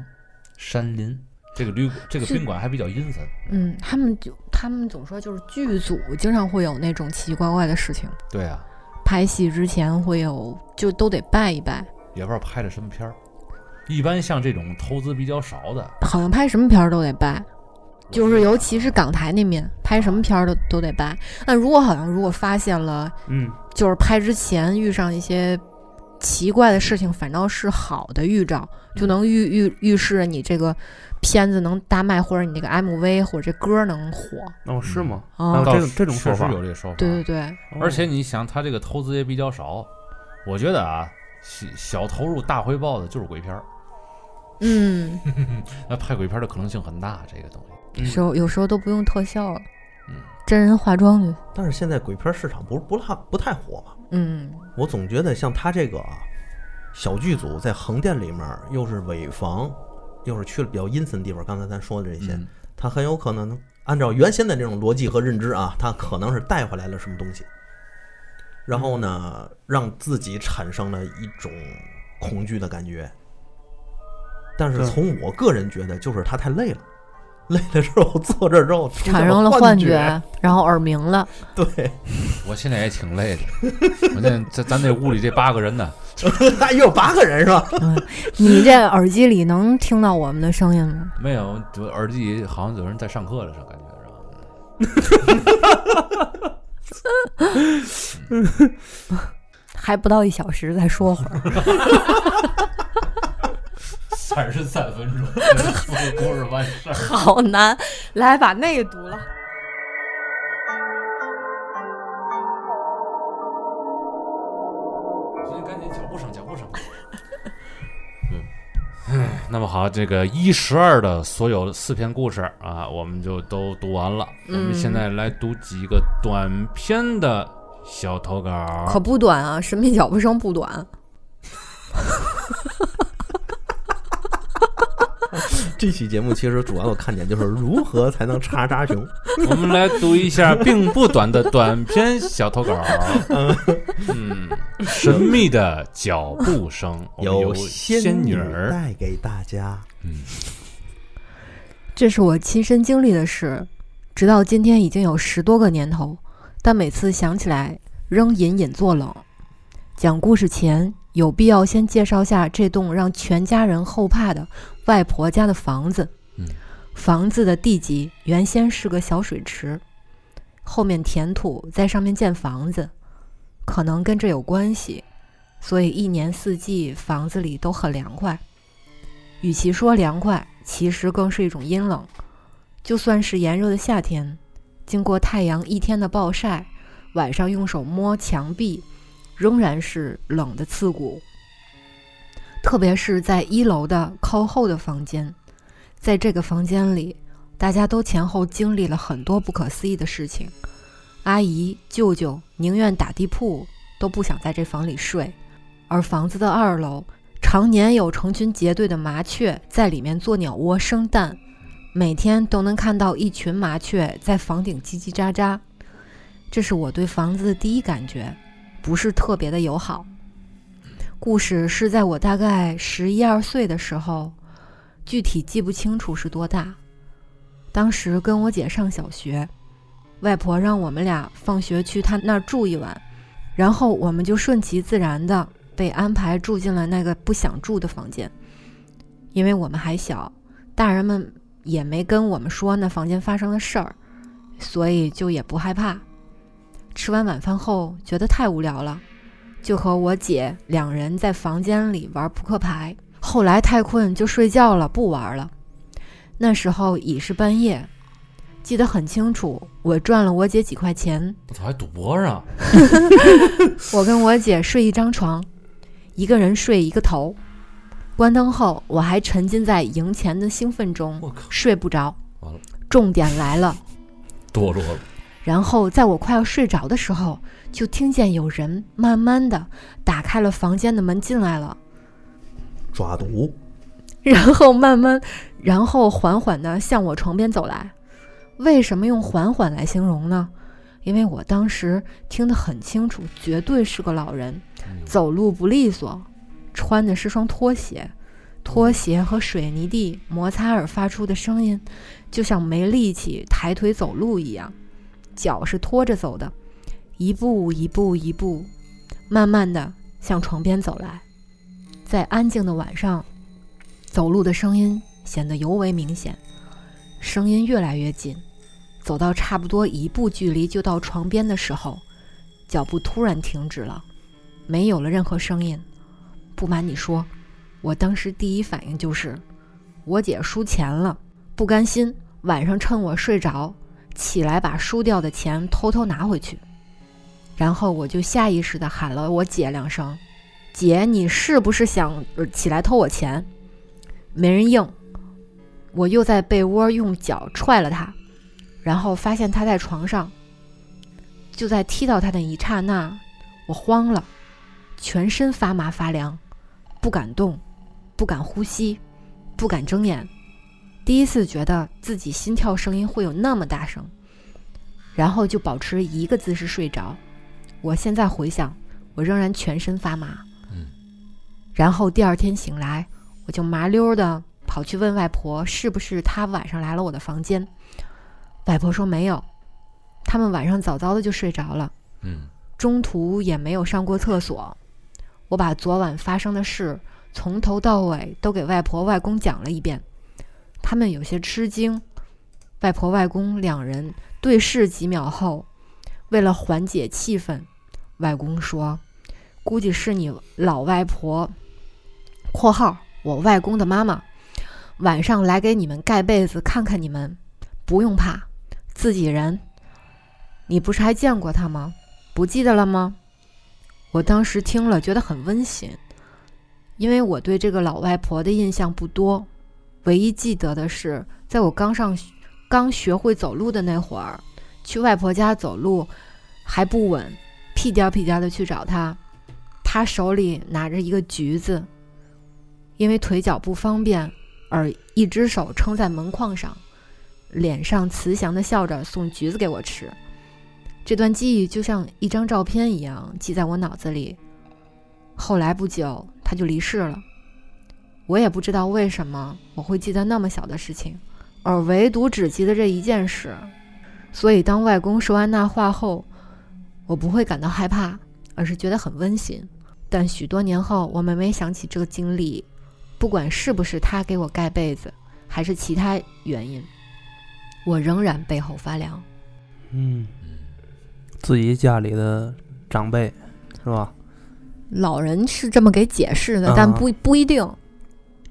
S2: 山林这个旅这个
S1: 是
S2: 宾馆还比较阴森，
S1: 嗯，他们就他们总说就是剧组经常会有那种奇奇怪怪的事情，
S2: 对啊，
S1: 拍戏之前会有就都得拜一拜，
S2: 也不知道拍的什么片儿。一般像这种投资比较少的，
S1: 好像拍什么片儿都得拜，
S2: 嗯
S1: 就是尤其是
S2: 港。
S1: 港台那面拍什么片儿都都得拜。那如果好像如果发现了，
S6: 嗯，
S1: 就是拍之前遇上一些奇怪的事情，反倒是好的预兆，就能预预预示你这个片子能大卖，或者你这个 MV 或者这歌能火。
S6: 哦，是吗？还有
S1: 哦，
S6: 这
S2: 倒
S6: 种
S2: 是
S6: 这种说法
S2: 确实有这说法。
S1: 对对对，
S2: 嗯而且你想，他这个投资也比较少，我觉得啊，小小投入大回报的就是鬼片儿，
S1: 嗯，
S2: 那拍鬼片儿的可能性很大，这个东西。
S6: 哦嗯
S1: 时候有时候都不用特效了，
S2: 嗯，
S1: 真人化妆就
S3: 但是现在鬼片市场不是不太不太火吧？
S1: 嗯
S3: 我总觉得像他这个啊，小剧组在横店里面又是尾房，又是去了比较阴森的地方，刚才咱说的这些，
S2: 嗯
S3: 他很有可能按照原先的这种逻辑和认知啊，他可能是带回来了什么东西，然后呢，让自己产生了一种恐惧的感觉。但是
S6: 对
S3: 从我个人觉得，就是他太累了， 累了之后坐这儿之后出现
S1: 产生了
S3: 幻
S1: 幻觉，，然后耳鸣了，
S3: 对，
S2: 我现在也挺累的，我现在咱咱这屋里这八个人呢，
S3: 还有八个人是吧？
S1: 你这耳机里能听到我们的声音吗？
S2: 没有，我耳机好像有人在上课了，是感觉是吧？
S1: 还不到一小时，再说会儿。
S2: 三十三分钟， 故事完事 儿。
S1: 好难，来把那个读了。
S2: 行，赶紧脚步声，脚步声。嗯，唉那么好，这个一十二的所有四篇故事啊，我们就都读完了。我们
S1: 嗯
S2: 现在来读几个短篇的小投稿。
S1: 可不短啊，神秘脚步声不短。
S3: 这期节目其实主要的看点就是如何才能叉叉熊。
S2: 我们来读一下并不短的短篇小投稿。嗯，神秘的脚步 声，我们有仙女儿。
S3: 带给大家。
S2: 嗯，
S1: 这是我亲身经历的事，直到今天已经有十多个年头，但每次想起来仍隐隐作冷。讲故事前，有必要先介绍下这栋让全家人后怕的外婆家的房子。
S2: 嗯
S1: 房子的地基原先是个小水池，后面填土，在上面建房子，可能跟这有关系，所以一年四季房子里都很凉快。与其说凉快，其实更是一种阴冷。就算是炎热的夏天，经过太阳一天的暴晒，晚上用手摸墙壁，仍然是冷的刺骨。特别是在一楼的靠后的房间，在这个房间里，大家都前后经历了很多不可思议的事情。阿姨、舅舅宁愿打地铺，都不想在这房里睡。而房子的二楼常年有成群结队的麻雀在里面做鸟窝生蛋，每天都能看到一群麻雀在房顶叽叽喳喳。这是我对房子的第一感觉，不是特别的友好。故事是在我大概十一二岁的时候，具体记不清楚是多大。当时跟我姐上小学，外婆让我们俩放学去她那儿住一晚，然后我们就顺其自然的被安排住进了那个不想住的房间，因为我们还小，大人们也没跟我们说那房间发生的事儿，所以就也不害怕。吃完晚饭后，觉得太无聊了，就和我姐两人在房间里玩扑克牌。后来太困就睡觉了，不玩了。那时候已是半夜，记得很清楚，我赚了我姐几块钱，
S2: 我操，还赌博啊上？
S1: 我跟我姐睡一张床，一个人睡一个头。关灯后，我还沉浸在赢钱的兴奋中，
S2: 我靠，
S1: 睡不着
S2: 完了。
S1: 重点来了，
S2: 堕落了。
S1: 然后在我快要睡着的时候，就听见有人慢慢的打开了房间的门进来了，
S3: 抓毒，
S1: 然后慢慢，然后缓缓的向我床边走来。为什么用缓缓来形容呢？因为我当时听得很清楚，绝对是个老人，走路不利索，穿的是双拖鞋，拖鞋和水泥地摩擦而发出的声音，就像没力气抬腿走路一样，脚是拖着走的，一步一步一步，慢慢的向床边走来。在安静的晚上，走路的声音显得尤为明显，声音越来越近，走到差不多一步距离就到床边的时候，脚步突然停止了，没有了任何声音。不瞒你说，我当时第一反应就是，我姐输钱了，不甘心，晚上趁我睡着起来把输掉的钱偷偷拿回去。然后我就下意识地喊了我姐两声：“姐，你是不是想呃起来偷我钱？”没人应，我又在被窝用脚踹了她，然后发现她在床上。就在踢到她的一刹那，我慌了，全身发麻发凉，不敢动，不敢呼吸，不敢睁眼。第一次觉得自己心跳声音会有那么大声，然后就保持一个姿势睡着。我现在回想，我仍然全身发麻。
S2: 嗯。
S1: 然后第二天醒来，我就麻溜的跑去问外婆，是不是她晚上来了我的房间。外婆说没有，他们晚上早早的就睡着了。
S2: 嗯，
S1: 中途也没有上过厕所。我把昨晚发生的事从头到尾都给外婆外公讲了一遍，他们有些吃惊。外婆外公两人对视几秒后，为了缓解气氛，外公说：“估计是你老外婆（括号我外公的妈妈）晚上来给你们盖被子看看你们，不用怕，自己人。你不是还见过他吗？”不记得了吗？我当时听了觉得很温馨，因为我对这个老外婆的印象不多，唯一记得的是，在我刚上学刚学会走路的那会儿，去外婆家走路还不稳，屁颠儿屁颠的去找她，她手里拿着一个橘子，因为腿脚不方便，而一只手撑在门框上，脸上慈祥的笑着送橘子给我吃。这段记忆就像一张照片一样记在我脑子里。后来不久，他就离世了。我也不知道为什么我会记得那么小的事情，而唯独只记得这一件事。所以，当外公说完那话后，我不会感到害怕，而是觉得很温馨。但许多年后，我每每想起这个经历，不管是不是他给我盖被子，还是其他原因，我仍然背后发凉。
S6: 嗯，自己家里的长辈是吧？
S1: 老人是这么给解释的，
S6: 啊
S1: 但不不一定。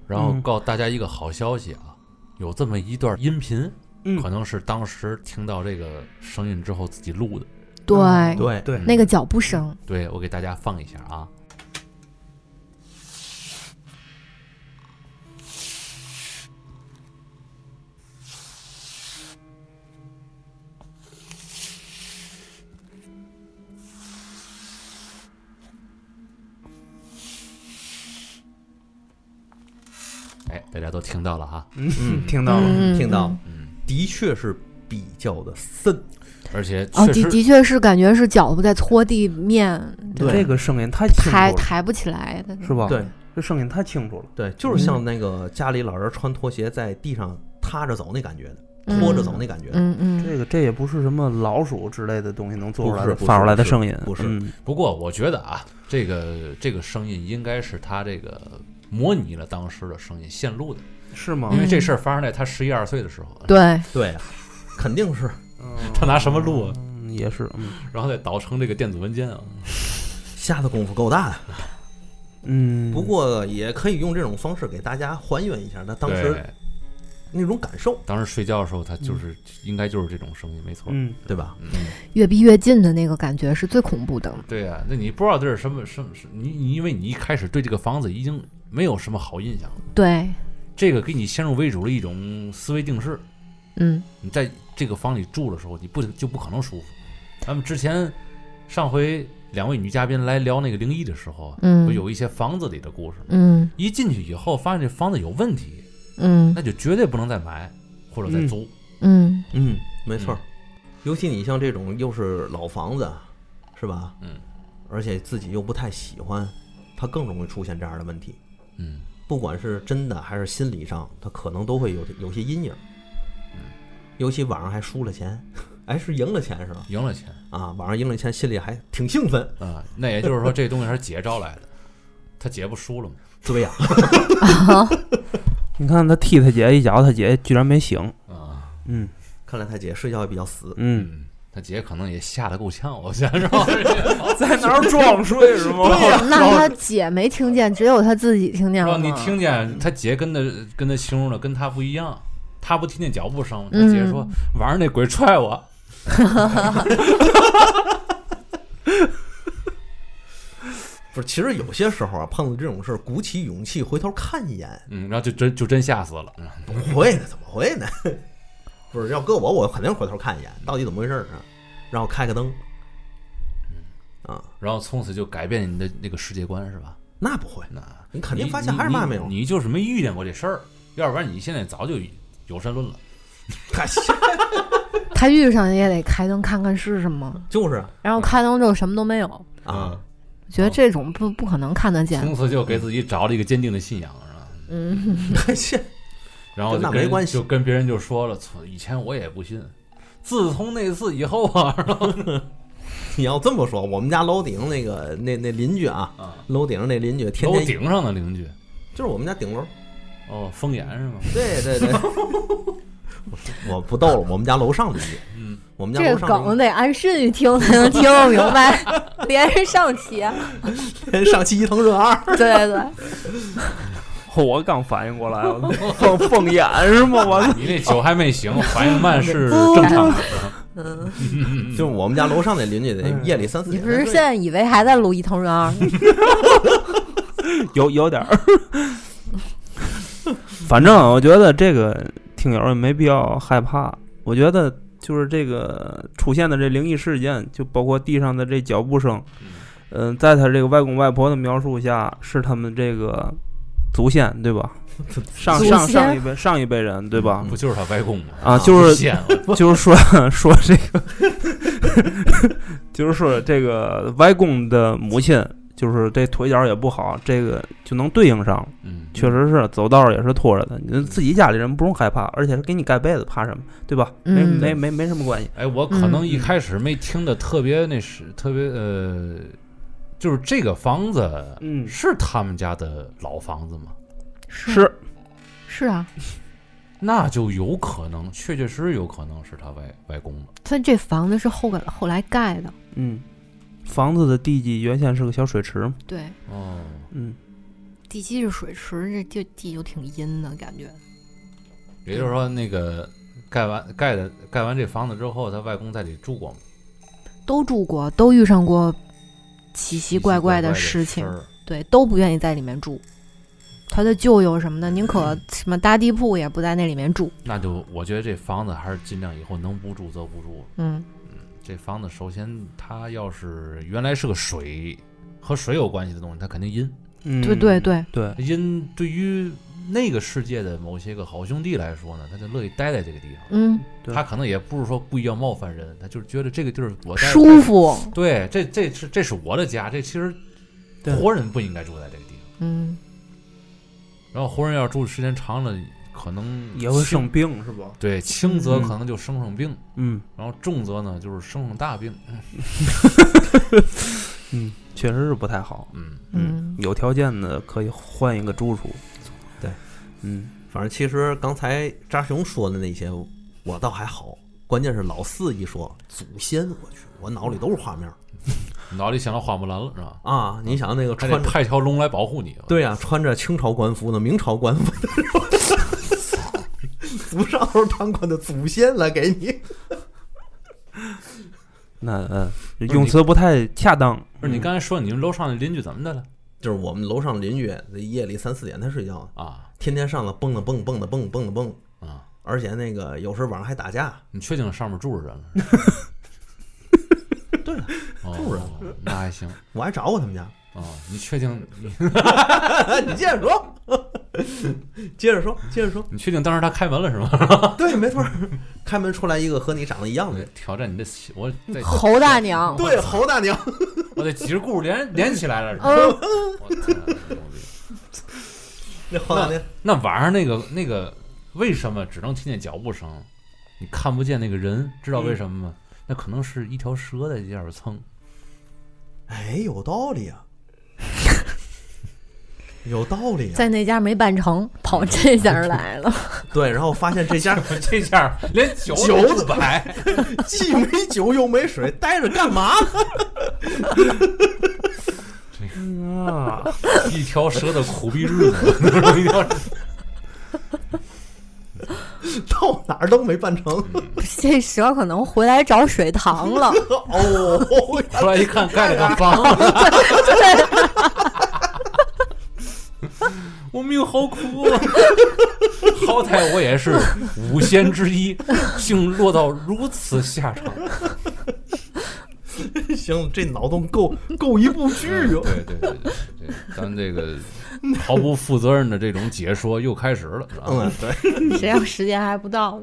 S2: 然后
S6: 嗯
S2: 告大家一个好消息啊，有这么一段音频，
S6: 嗯
S2: 可能是当时听到这个声音之后自己录的。
S1: 对，
S2: 啊
S6: 嗯
S3: 对
S6: 对
S1: 那个脚步声，
S2: 对，我给大家放一下啊。哎，大家都听到了哈，
S6: 嗯，听到了。
S1: 嗯，
S3: 听到
S1: 嗯。
S3: 的确是比较的森，
S2: 而且
S1: 哦，
S2: 嗯确
S1: 的
S2: 实
S1: 的确是感觉是脚步在搓地面，
S3: 对
S6: 这个声音太清楚
S1: 抬
S6: 了，
S1: 抬不起来的。
S6: 是吧？
S3: 对，
S6: 这声音太清楚了。
S3: 对，就是像那个家里老人穿拖鞋在地上踏着走那感觉的，
S1: 嗯
S3: 拖着走那感觉的。
S1: 嗯嗯，
S6: 这个这也不是什么老鼠之类的东西能做出来
S3: 不
S6: 的
S3: 是不是
S6: 发出来的声音，
S3: 不是
S6: 嗯
S2: 不过我觉得啊，这个这个声音应该是他这个模拟了当时的声音现录的，
S6: 是吗
S2: 因？为这事儿发生在他十一二岁的时候，
S1: 对，
S3: 对啊，肯定是
S2: 他拿什么录啊？
S6: 嗯也是，嗯
S2: 然后再导成这个电子文件啊。
S3: 下的功夫够大的。
S6: 嗯。
S3: 不过也可以用这种方式给大家还原一下那当时
S2: 对
S3: 那种感受，
S2: 当时睡觉的时候，他就是、应该就是这种声音，没错。
S6: 嗯，
S3: 对吧？
S2: 嗯
S1: 越逼越近的那个感觉是最恐怖的。
S2: 对呀、那你不知道这是什么什么，什么你你因为你一开始对这个房子已经没有什么好印象了，
S1: 对，
S2: 这个给你先入为主的一种思维定式，
S7: 嗯，
S2: 你在这个房里住的时候，你不就不可能舒服。咱们之前上回两位女嘉宾来聊那个灵异的时候，啊
S7: 嗯
S2: 不有一些房子里的故事吗？
S7: 嗯
S2: 一进去以后发现这房子有问题，
S7: 嗯
S2: 那就绝对不能再买或者再
S6: 嗯
S2: 租。
S7: 嗯
S3: 嗯，没错儿。尤其你像这种又是老房子，是吧？
S2: 嗯，
S3: 而且自己又不太喜欢，它更容易出现这样的问题。
S2: 嗯，
S3: 不管是真的还是心理上，它可能都会有有些阴影。尤其晚上还输了钱，哎，是赢了钱是吧？
S2: 赢了钱
S3: 啊，晚上赢了钱，心里还挺兴奋。
S2: 啊、那也就是说这东西是姐招来的，他姐不输了吗？
S3: 对呀、
S6: 你看他踢他姐一脚，他姐居然没醒。
S2: 啊，
S6: 嗯
S3: 看来他姐睡觉也比较死。
S6: 嗯，
S2: 嗯，他姐可能也吓得够呛，我想是 吧？
S6: 在哪儿装睡是吗？
S7: 哎 那他姐没听见，只有他自己听见
S2: 然
S7: 了。
S2: 后哦你，听见他姐跟他跟他形容的跟他不一样，他不听见脚步声吗，他姐说
S3: 嗯
S2: 晚上那鬼踹我，
S3: 不是，其实有些时候啊，碰到这种事儿，鼓起勇气回头看一眼，
S2: 嗯，然后就真就真吓死了。嗯
S3: 不会呢，怎么会呢？ 不是，要搁我，我肯定回头看一眼，到底怎么回事儿啊？然后开个灯，啊，
S2: 然后从此就改变你的那个世界观是吧？
S3: 那不会，
S2: 那
S3: 你肯定发现还是嘛没有
S2: 你，你你就是没遇见过这事儿，要不然你现在早就有神论了。
S3: 哎
S7: 他遇上也得开灯看看是什么，
S3: 就是啊
S7: 然后开灯之后什么都没有。
S2: 嗯
S3: 啊，
S7: 我
S2: 哦
S7: 觉得这种不不可能看得见。
S2: 从此就给自己找了一个坚定的信仰，是吧？
S7: 嗯，
S3: 切
S2: 然后
S3: 跟
S2: 就
S3: 那
S2: 跟
S3: 没关系
S2: 就跟别人就说了，操以前我也不信，自从那次以后啊，然后
S3: 你要这么说，我们家楼顶那个那那邻居啊，
S2: 啊
S3: 楼顶上那邻居 天
S2: 楼
S3: 天
S2: 顶上的邻居，
S3: 就是我们家顶楼，
S2: 哦，风岩是 吗？
S3: 对对对，我不逗了，我们家楼上邻居，
S2: 嗯，
S3: 我们家
S7: 这个
S3: 楼上
S7: 梗
S3: 邻
S7: 得按顺序听才能听得明白，连上期。
S3: 居 上期伊藤润二，
S7: 对对对，
S6: 我刚反应过来， 我凤凤眼是吗？我操！
S2: 你那酒还没 醒，反应慢是正常的。
S7: 嗯，
S3: 就是我们家楼上那邻居得
S2: 嗯
S3: 夜里三四
S7: 你
S3: 点
S7: 不
S3: 才睡，
S7: 是现在以为还在录《伊啊藤润 二》？
S6: 有有点儿。反正我觉得这个听友也没必要害怕。我觉得就是这个出现的这灵异事件，就包括地上的这脚步声，嗯、在他这个外公外婆的描述下，是他们这个祖先对 吧？上
S7: 祖
S6: 上
S7: 先
S6: 上一辈上一辈人对吧？
S2: 不就是他外 公吗？
S6: 嗯啊，就是
S2: 见 了，
S6: 就是说说这个，就是说这个外公的母亲，就是这腿脚也不好，这个就能对应上了。
S2: 嗯，
S6: 确实是走道儿也是拖着的，你自己家里人不用害怕，而且是给你盖被子，怕什么？对吧？没
S7: 嗯
S6: 没没没什么关系。
S2: 哎，我可能一开始没听的特别那
S3: 嗯
S2: 是特别呃，就是这个房子
S6: 嗯
S2: 是他们家的老房子吗？
S6: 是
S7: 是啊，
S2: 那就有可能，确确实实有可能是他外外公了。
S7: 他这房子是后改后来盖的。
S6: 嗯，房子的地基原先是个小水池嘛，
S7: 对，
S2: 哦，
S6: 嗯，
S7: 地基是水池，这地地就挺阴的感觉。
S2: 也就是说，那个盖完盖的盖完这房子之后，他外公在里住过吗？
S7: 都住过，都遇上过奇
S2: 奇
S7: 奇怪怪
S2: 的
S7: 事情，
S2: 儿
S7: 对，都不愿意在里面住。他的舅舅什么的，宁可什么搭地铺也不在那里面住。
S2: 那就我觉得这房子还是尽量以后能不住则不住。
S7: 嗯
S2: 这房子首先它要是原来是个水和水有关系的东西，它肯定阴。
S6: 嗯
S7: 对对对
S6: 对，
S2: 阴对于那个世界的某些个好兄弟来说呢，他就乐意待在这个地方。
S7: 嗯，
S6: 对
S2: 他可能也不是说故意要冒犯人，他就是觉得这个地儿我待着
S7: 嗯舒。服。
S2: 对，这这是这是我的家，这其实
S6: 对
S2: 活人不应该住在这个地方。
S7: 嗯，
S2: 然后活人要住的时间长了，可能
S6: 也会
S2: 轻
S6: 生。病是吧？
S2: 对，轻则
S6: 嗯
S2: 可能就生生病，
S6: 嗯
S2: 然后重则呢就是生生大病。
S6: 嗯，确实是不太好。
S2: 嗯，
S7: 嗯
S6: 有条件的可以换一个住处。
S3: 对，
S6: 嗯，
S3: 反正其实刚才扎熊说的那些，我倒还好，关键是老四一说祖先，我去，我脑里都是画面儿
S2: 脑里想到花木兰了是吧？
S3: 啊！你想那个
S2: 还得
S3: 穿着
S2: 派条龙来保护你。
S3: 对呀、穿着清朝官服的、明朝官服的， 祖上当官的祖先来给你，
S6: 那呃，
S2: 是
S6: 用
S2: 你
S6: 词不太恰当。
S2: 不是你
S6: 嗯
S2: 刚才说你们楼上的邻居怎么的了
S3: 就是我们楼上邻居，夜里三四点才睡觉，
S2: 啊
S3: 天天上来蹦了蹦蹦了蹦蹦了蹦，
S2: 啊？
S3: 而且那个有时候晚上还打架，
S2: 你确定上面住着人了？
S3: 对啊，
S2: 哦
S3: 住着
S2: 那还行
S3: 我还找过他们 家。
S2: 啊。你确定？
S3: 你接着说，接着说，接着说。
S2: 你确定当时他开门了是吗？
S3: 对， 没错儿，开门出来一个和你长得一样的人，
S2: 挑战你的喜，我
S7: 嗯
S2: 得
S1: 侯大娘，
S3: 对，侯大娘。
S2: 我得几个故事连连起来了。是吧
S1: 嗯，
S2: 我操牛逼
S3: 那侯大娘，
S2: 那晚上那个那个，为什么只能听见脚步声，你看不见那个人？知道为什么吗？那可能是一条蛇在这儿蹭。
S3: 哎，有道理 啊，有道理啊。
S1: 在那家没办成，跑这家来 了。
S3: 对，然后发现这 家
S2: 这 下连酒
S3: 酒
S2: 都
S3: 怎
S2: 不来，
S3: 既没酒又没水，待着干嘛？
S6: 嗯啊，
S2: 一条蛇的苦逼日 子，一条蛇
S3: 到哪儿都没办成。
S1: 这蛇可能回来找水塘 了，
S3: 哦，
S2: 出来一看盖了个房， 我命好苦啊！好歹我也是五仙之一，竟落到如此下场。
S3: 行，这脑洞够够一部剧
S2: 嗯
S3: 哟。
S2: 对对对对对，咱这个毫不负责任的这种解说又开始了。
S3: 嗯
S2: 啊！，
S3: 对，
S1: 谁让时间还不到？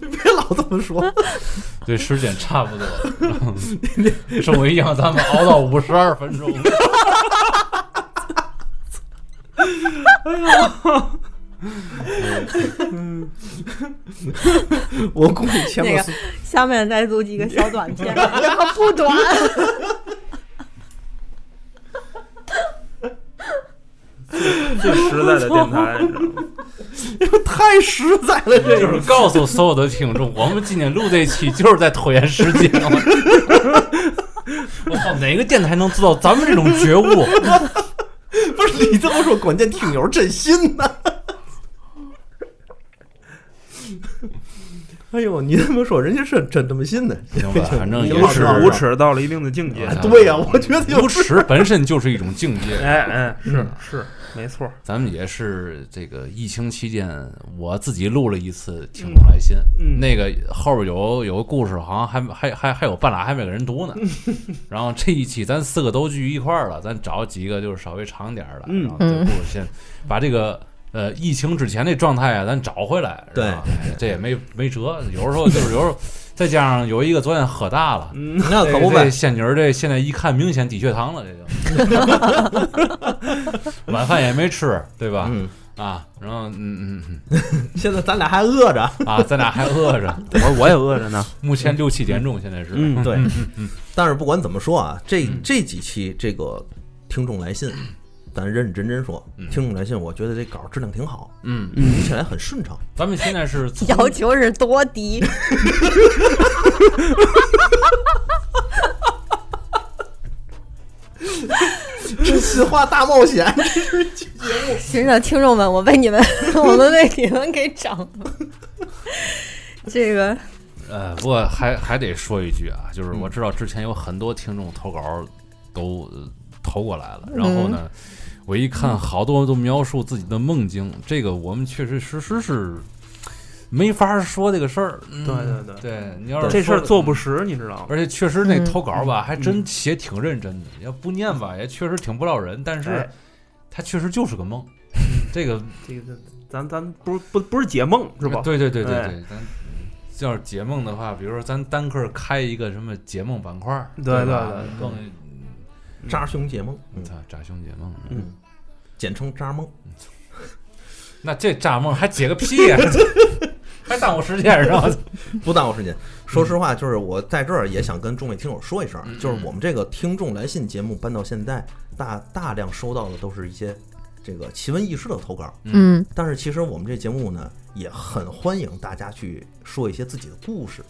S3: 别老这么说。
S2: 对，时间差不多了。生我一样，咱们熬到五十二分钟。
S3: 我估计前面
S1: 那个下面再录几个小短 片，可不短。
S6: 最实在的电台，你知道吗？
S3: 太实在了，这
S2: 就是告诉所有的听众，我们今天录这期就是在拖延时间。我操，哪个电台能做到咱们这种觉悟？
S3: 不是你这么说，关键听友真信呐、 哎呦，你这么说，人家是真这么信的。
S2: 行 吧，反正
S3: 你
S2: 也
S3: 老
S2: 是
S3: 知道
S6: 无耻到了一定的境 界
S2: 哎。
S3: 对呀、我觉得
S2: 无
S3: 有
S2: 耻本身就是一种境界。
S6: 哎哎，是是，没错。
S2: 咱们也是这个疫情期间，我自己录了一次听众来信，
S6: 嗯
S2: 那个后边有有个故事，好像还还还还有半拉还没给人读呢。 然后这一期咱四个都聚一块儿了，咱找几个就是稍微长点儿的，
S6: 嗯
S2: 然后这故事先把这个。呃，疫情之前那状态啊，咱找回来。是吧哎这也没没辙。有时候就是有时候，再加上有一个昨天喝大了，
S6: 嗯，
S3: 那
S2: 这哎这。仙女儿这现在一看，明显低血糖了，这就 晚饭也没吃，对吧？
S3: 嗯，
S2: 啊，然后嗯嗯
S3: 现在咱俩还饿着。
S2: 嗯啊，咱俩还饿着，
S6: 我我也饿着呢。
S2: 目前六七点钟，现在是。
S6: 嗯，
S3: 对，但是不管怎么说啊，这这几期这个听众来信，咱认认真真说，
S2: 嗯
S3: 听众来信，我觉得这稿质量挺好，
S2: 嗯，
S3: 读起来很顺畅。
S2: 咱们现在是从
S1: 要求是多低？
S3: 真心话大冒险，
S1: 真的，听众们，我为你们， 我们为你们给掌了。这个
S2: 呃，不过还还得说一句啊，就是我知道之前有很多听众投稿都呃投过来了，然后
S6: 嗯
S2: 呢，我一看好多都描述自己的梦境，这个我们确实实实是没法说这个事儿。嗯、
S6: 对对对
S2: 对，你要是
S6: 这事儿
S2: 说嗯
S6: 做不实，你知道吗？
S2: 而且确实那
S1: 嗯
S2: 投稿吧，还真写挺认真的，要不念吧，也确实挺不落人，但是
S6: 哎
S2: 它确实就是个梦。这个
S6: 这个咱咱不是不不是解梦是吧？
S2: 对对对对
S6: 哎
S2: 对，咱要是解梦的话，比如说咱单个儿开一个什么解梦板块儿，吧
S6: 对对对对
S2: 更
S3: 扎胸解梦，嗯
S2: 嗯操扎胸解梦。
S3: 嗯，简称扎梦。
S2: 那这扎梦还解个屁 呀！还耽误时间是吧？
S3: 不耽误时间。说实话，就是我在这儿也想跟众位听友说一声，
S6: 嗯
S3: 就是我们这个听众来信节目办到现在，大大量收到的都是一些这个奇闻异事的投稿。
S1: 嗯，
S3: 但是其实我们这节目呢，也很欢迎大家去说一些自己的故事，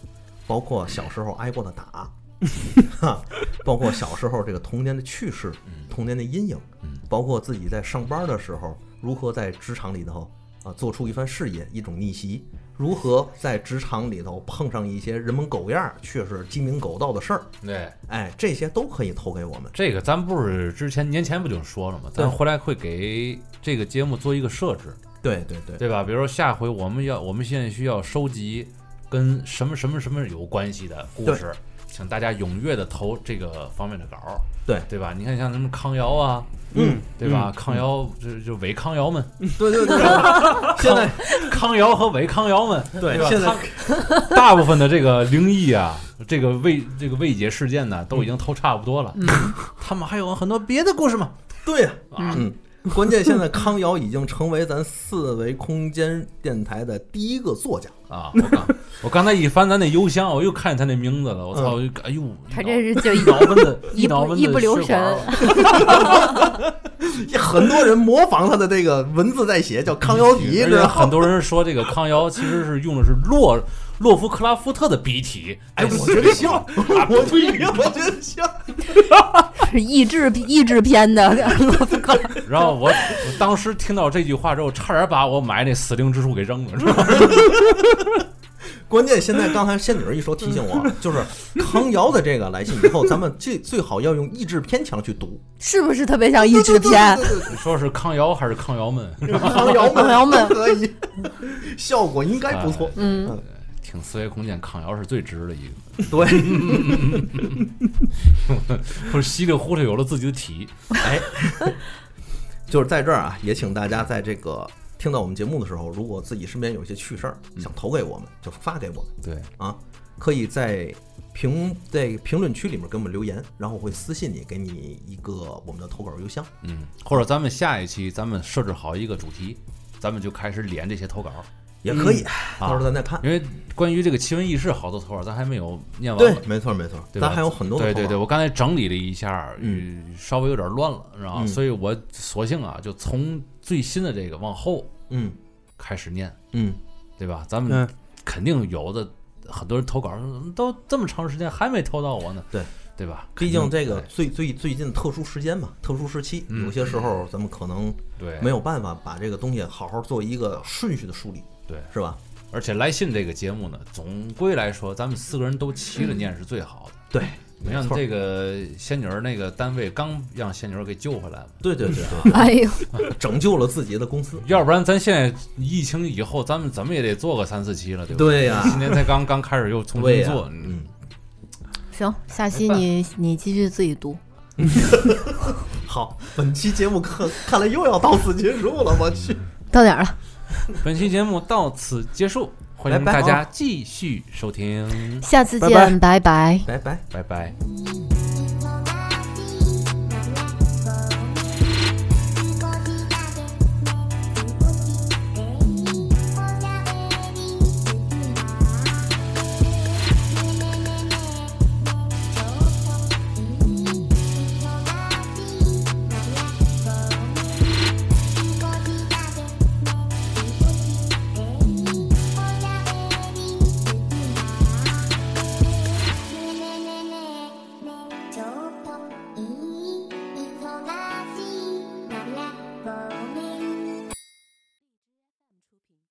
S3: 包括小时候挨过的打， 哈，包括小时候这个童年的趣事、童年的阴影
S2: 嗯，
S3: 包括自己在上班的时候如何在职场里头啊、啊，做出一番事业，一种逆袭。如何在职场里头碰上一些人模狗样儿却是鸡鸣狗盗的事儿？
S2: 对，
S3: 哎，这些都可以投给我们。
S2: 这个咱不是之前年前不就说了吗？咱
S3: 对
S2: 回来会给这个节目做一个设置，
S3: 对对对，
S2: 对吧？比如说下回我们要，我们现在需要收集跟什么什么什么有关系的故事，请大家踊跃的投这个方面的稿儿，
S3: 对
S2: 对吧？你看像什么康瑶啊，
S6: 嗯，
S2: 对吧？康瑶就就伪康瑶们，
S3: 对对 对，现在
S2: 康瑶和伪康瑶们，
S3: 对
S2: 吧？
S3: 现在
S2: 他大部分的这个灵异啊，这个未这个未解事件呢，都已经投差不多了。他们还有很多别的故事嘛，
S3: 对呀、嗯，关键现在康瑶已经成为咱四维空间电台的第一个作家。
S2: 啊，我刚我刚才一翻咱那邮箱，我又看见他那名字了，我操，我就哎呦，
S1: 他
S2: 一
S1: 这是就
S2: 脑 一脑门子，
S1: 一
S2: 脑
S1: 不
S2: 门子
S1: 一不留
S2: 血管儿
S1: 神，
S3: 很多人模仿他的这个文字在写，叫康瑶体，
S2: 而
S3: 知
S2: 且
S3: 道
S2: 很
S3: 吗？
S2: 多人说这个康瑶其实是用的是洛洛夫克拉夫特的笔 体，
S3: 哎，
S2: 这
S3: 我觉得像，我觉得我觉得像。
S1: 是益智益智片的 洛夫克拉
S2: 然后我我当时听到这句话之后，差点把我买那死灵之书给扔了，知道吗？
S3: 关键现在刚才仙女一说提醒我，就是康瑶的这个来信以后，咱们最最好要用意志偏强去读
S1: 是不是特别像益智片？
S3: 对对对对对
S2: 你说是康瑶还是康瑶们？
S3: 对康瑶们，
S1: 康瑶们
S3: 都可以，效果应该不错。
S1: 嗯，
S2: 挺思维空间，康瑶是最值的一个。
S3: 对，
S2: 我稀里糊涂有了自己的体，
S3: 哎，就是在这儿啊，也请大家在这个听到我们节目的时候，如果自己身边有一些趣事儿想投给我们，就发给我们
S2: 对，
S3: 啊，可以在评在评论区里面给我们留言，然后我会私信你，给你一个我们的投稿邮箱。
S2: 嗯，或者咱们下一期咱们设置好一个主题，咱们就开始连这些投稿。
S3: 也可以，啊到时候咱再看。
S2: 因为关于这个奇闻异事，好多投稿咱还没有念完
S3: 对
S2: 嘛，，
S3: 没错没错，
S2: 对吧
S3: 咱还有很多的
S2: 对对
S3: 投
S2: 对，
S3: 稿
S2: 我刚才整理了一下，
S3: 嗯
S2: 嗯，稍微有点乱了，然后
S3: 嗯
S2: 所以我索性啊，就从最新的这个往后
S3: 嗯
S2: 开始念，
S3: 嗯，
S2: 对吧？咱
S6: 嗯
S2: 们肯定有的，很多人投稿说怎么都这么长时间还没投到我呢，
S3: 对
S2: 对吧？
S3: 毕竟这个
S2: 肯定
S3: 最最最近特殊时间嘛，特殊时期，
S2: 嗯
S3: 有些时候咱们可能
S2: 对
S3: 没有办法把这个东西好好做一个顺序的梳理，
S2: 对，
S3: 是吧？
S2: 而且来信这个节目呢，总归来说，咱们四个人都齐着念是最好的。
S3: 对，
S2: 你
S3: 没
S2: 像
S3: 错
S2: 这个仙女儿那个单位刚让仙女儿给救回来嘛，
S3: 对对对啊，
S1: 哎呦，
S3: 拯救了自己的公司。
S2: 要不然咱现在疫情以后，咱们怎么也得做个三四期了，对吧？
S3: 对呀
S2: 今年才刚刚开始又重
S3: 对
S2: 新
S3: 呀
S2: 做，
S3: 嗯，
S1: 行，下期
S2: 没办
S1: 你你继续自己读。
S3: 好，本期节目看看来又要到此结束了，我去。
S1: 到点儿了，
S2: 本期节目到此结束，欢迎
S3: 拜拜哦
S2: 大家继续收听，
S1: 下次
S6: 拜
S1: 见，
S6: 拜
S1: 拜拜
S3: 拜拜。
S2: 拜拜。
S5: ちょう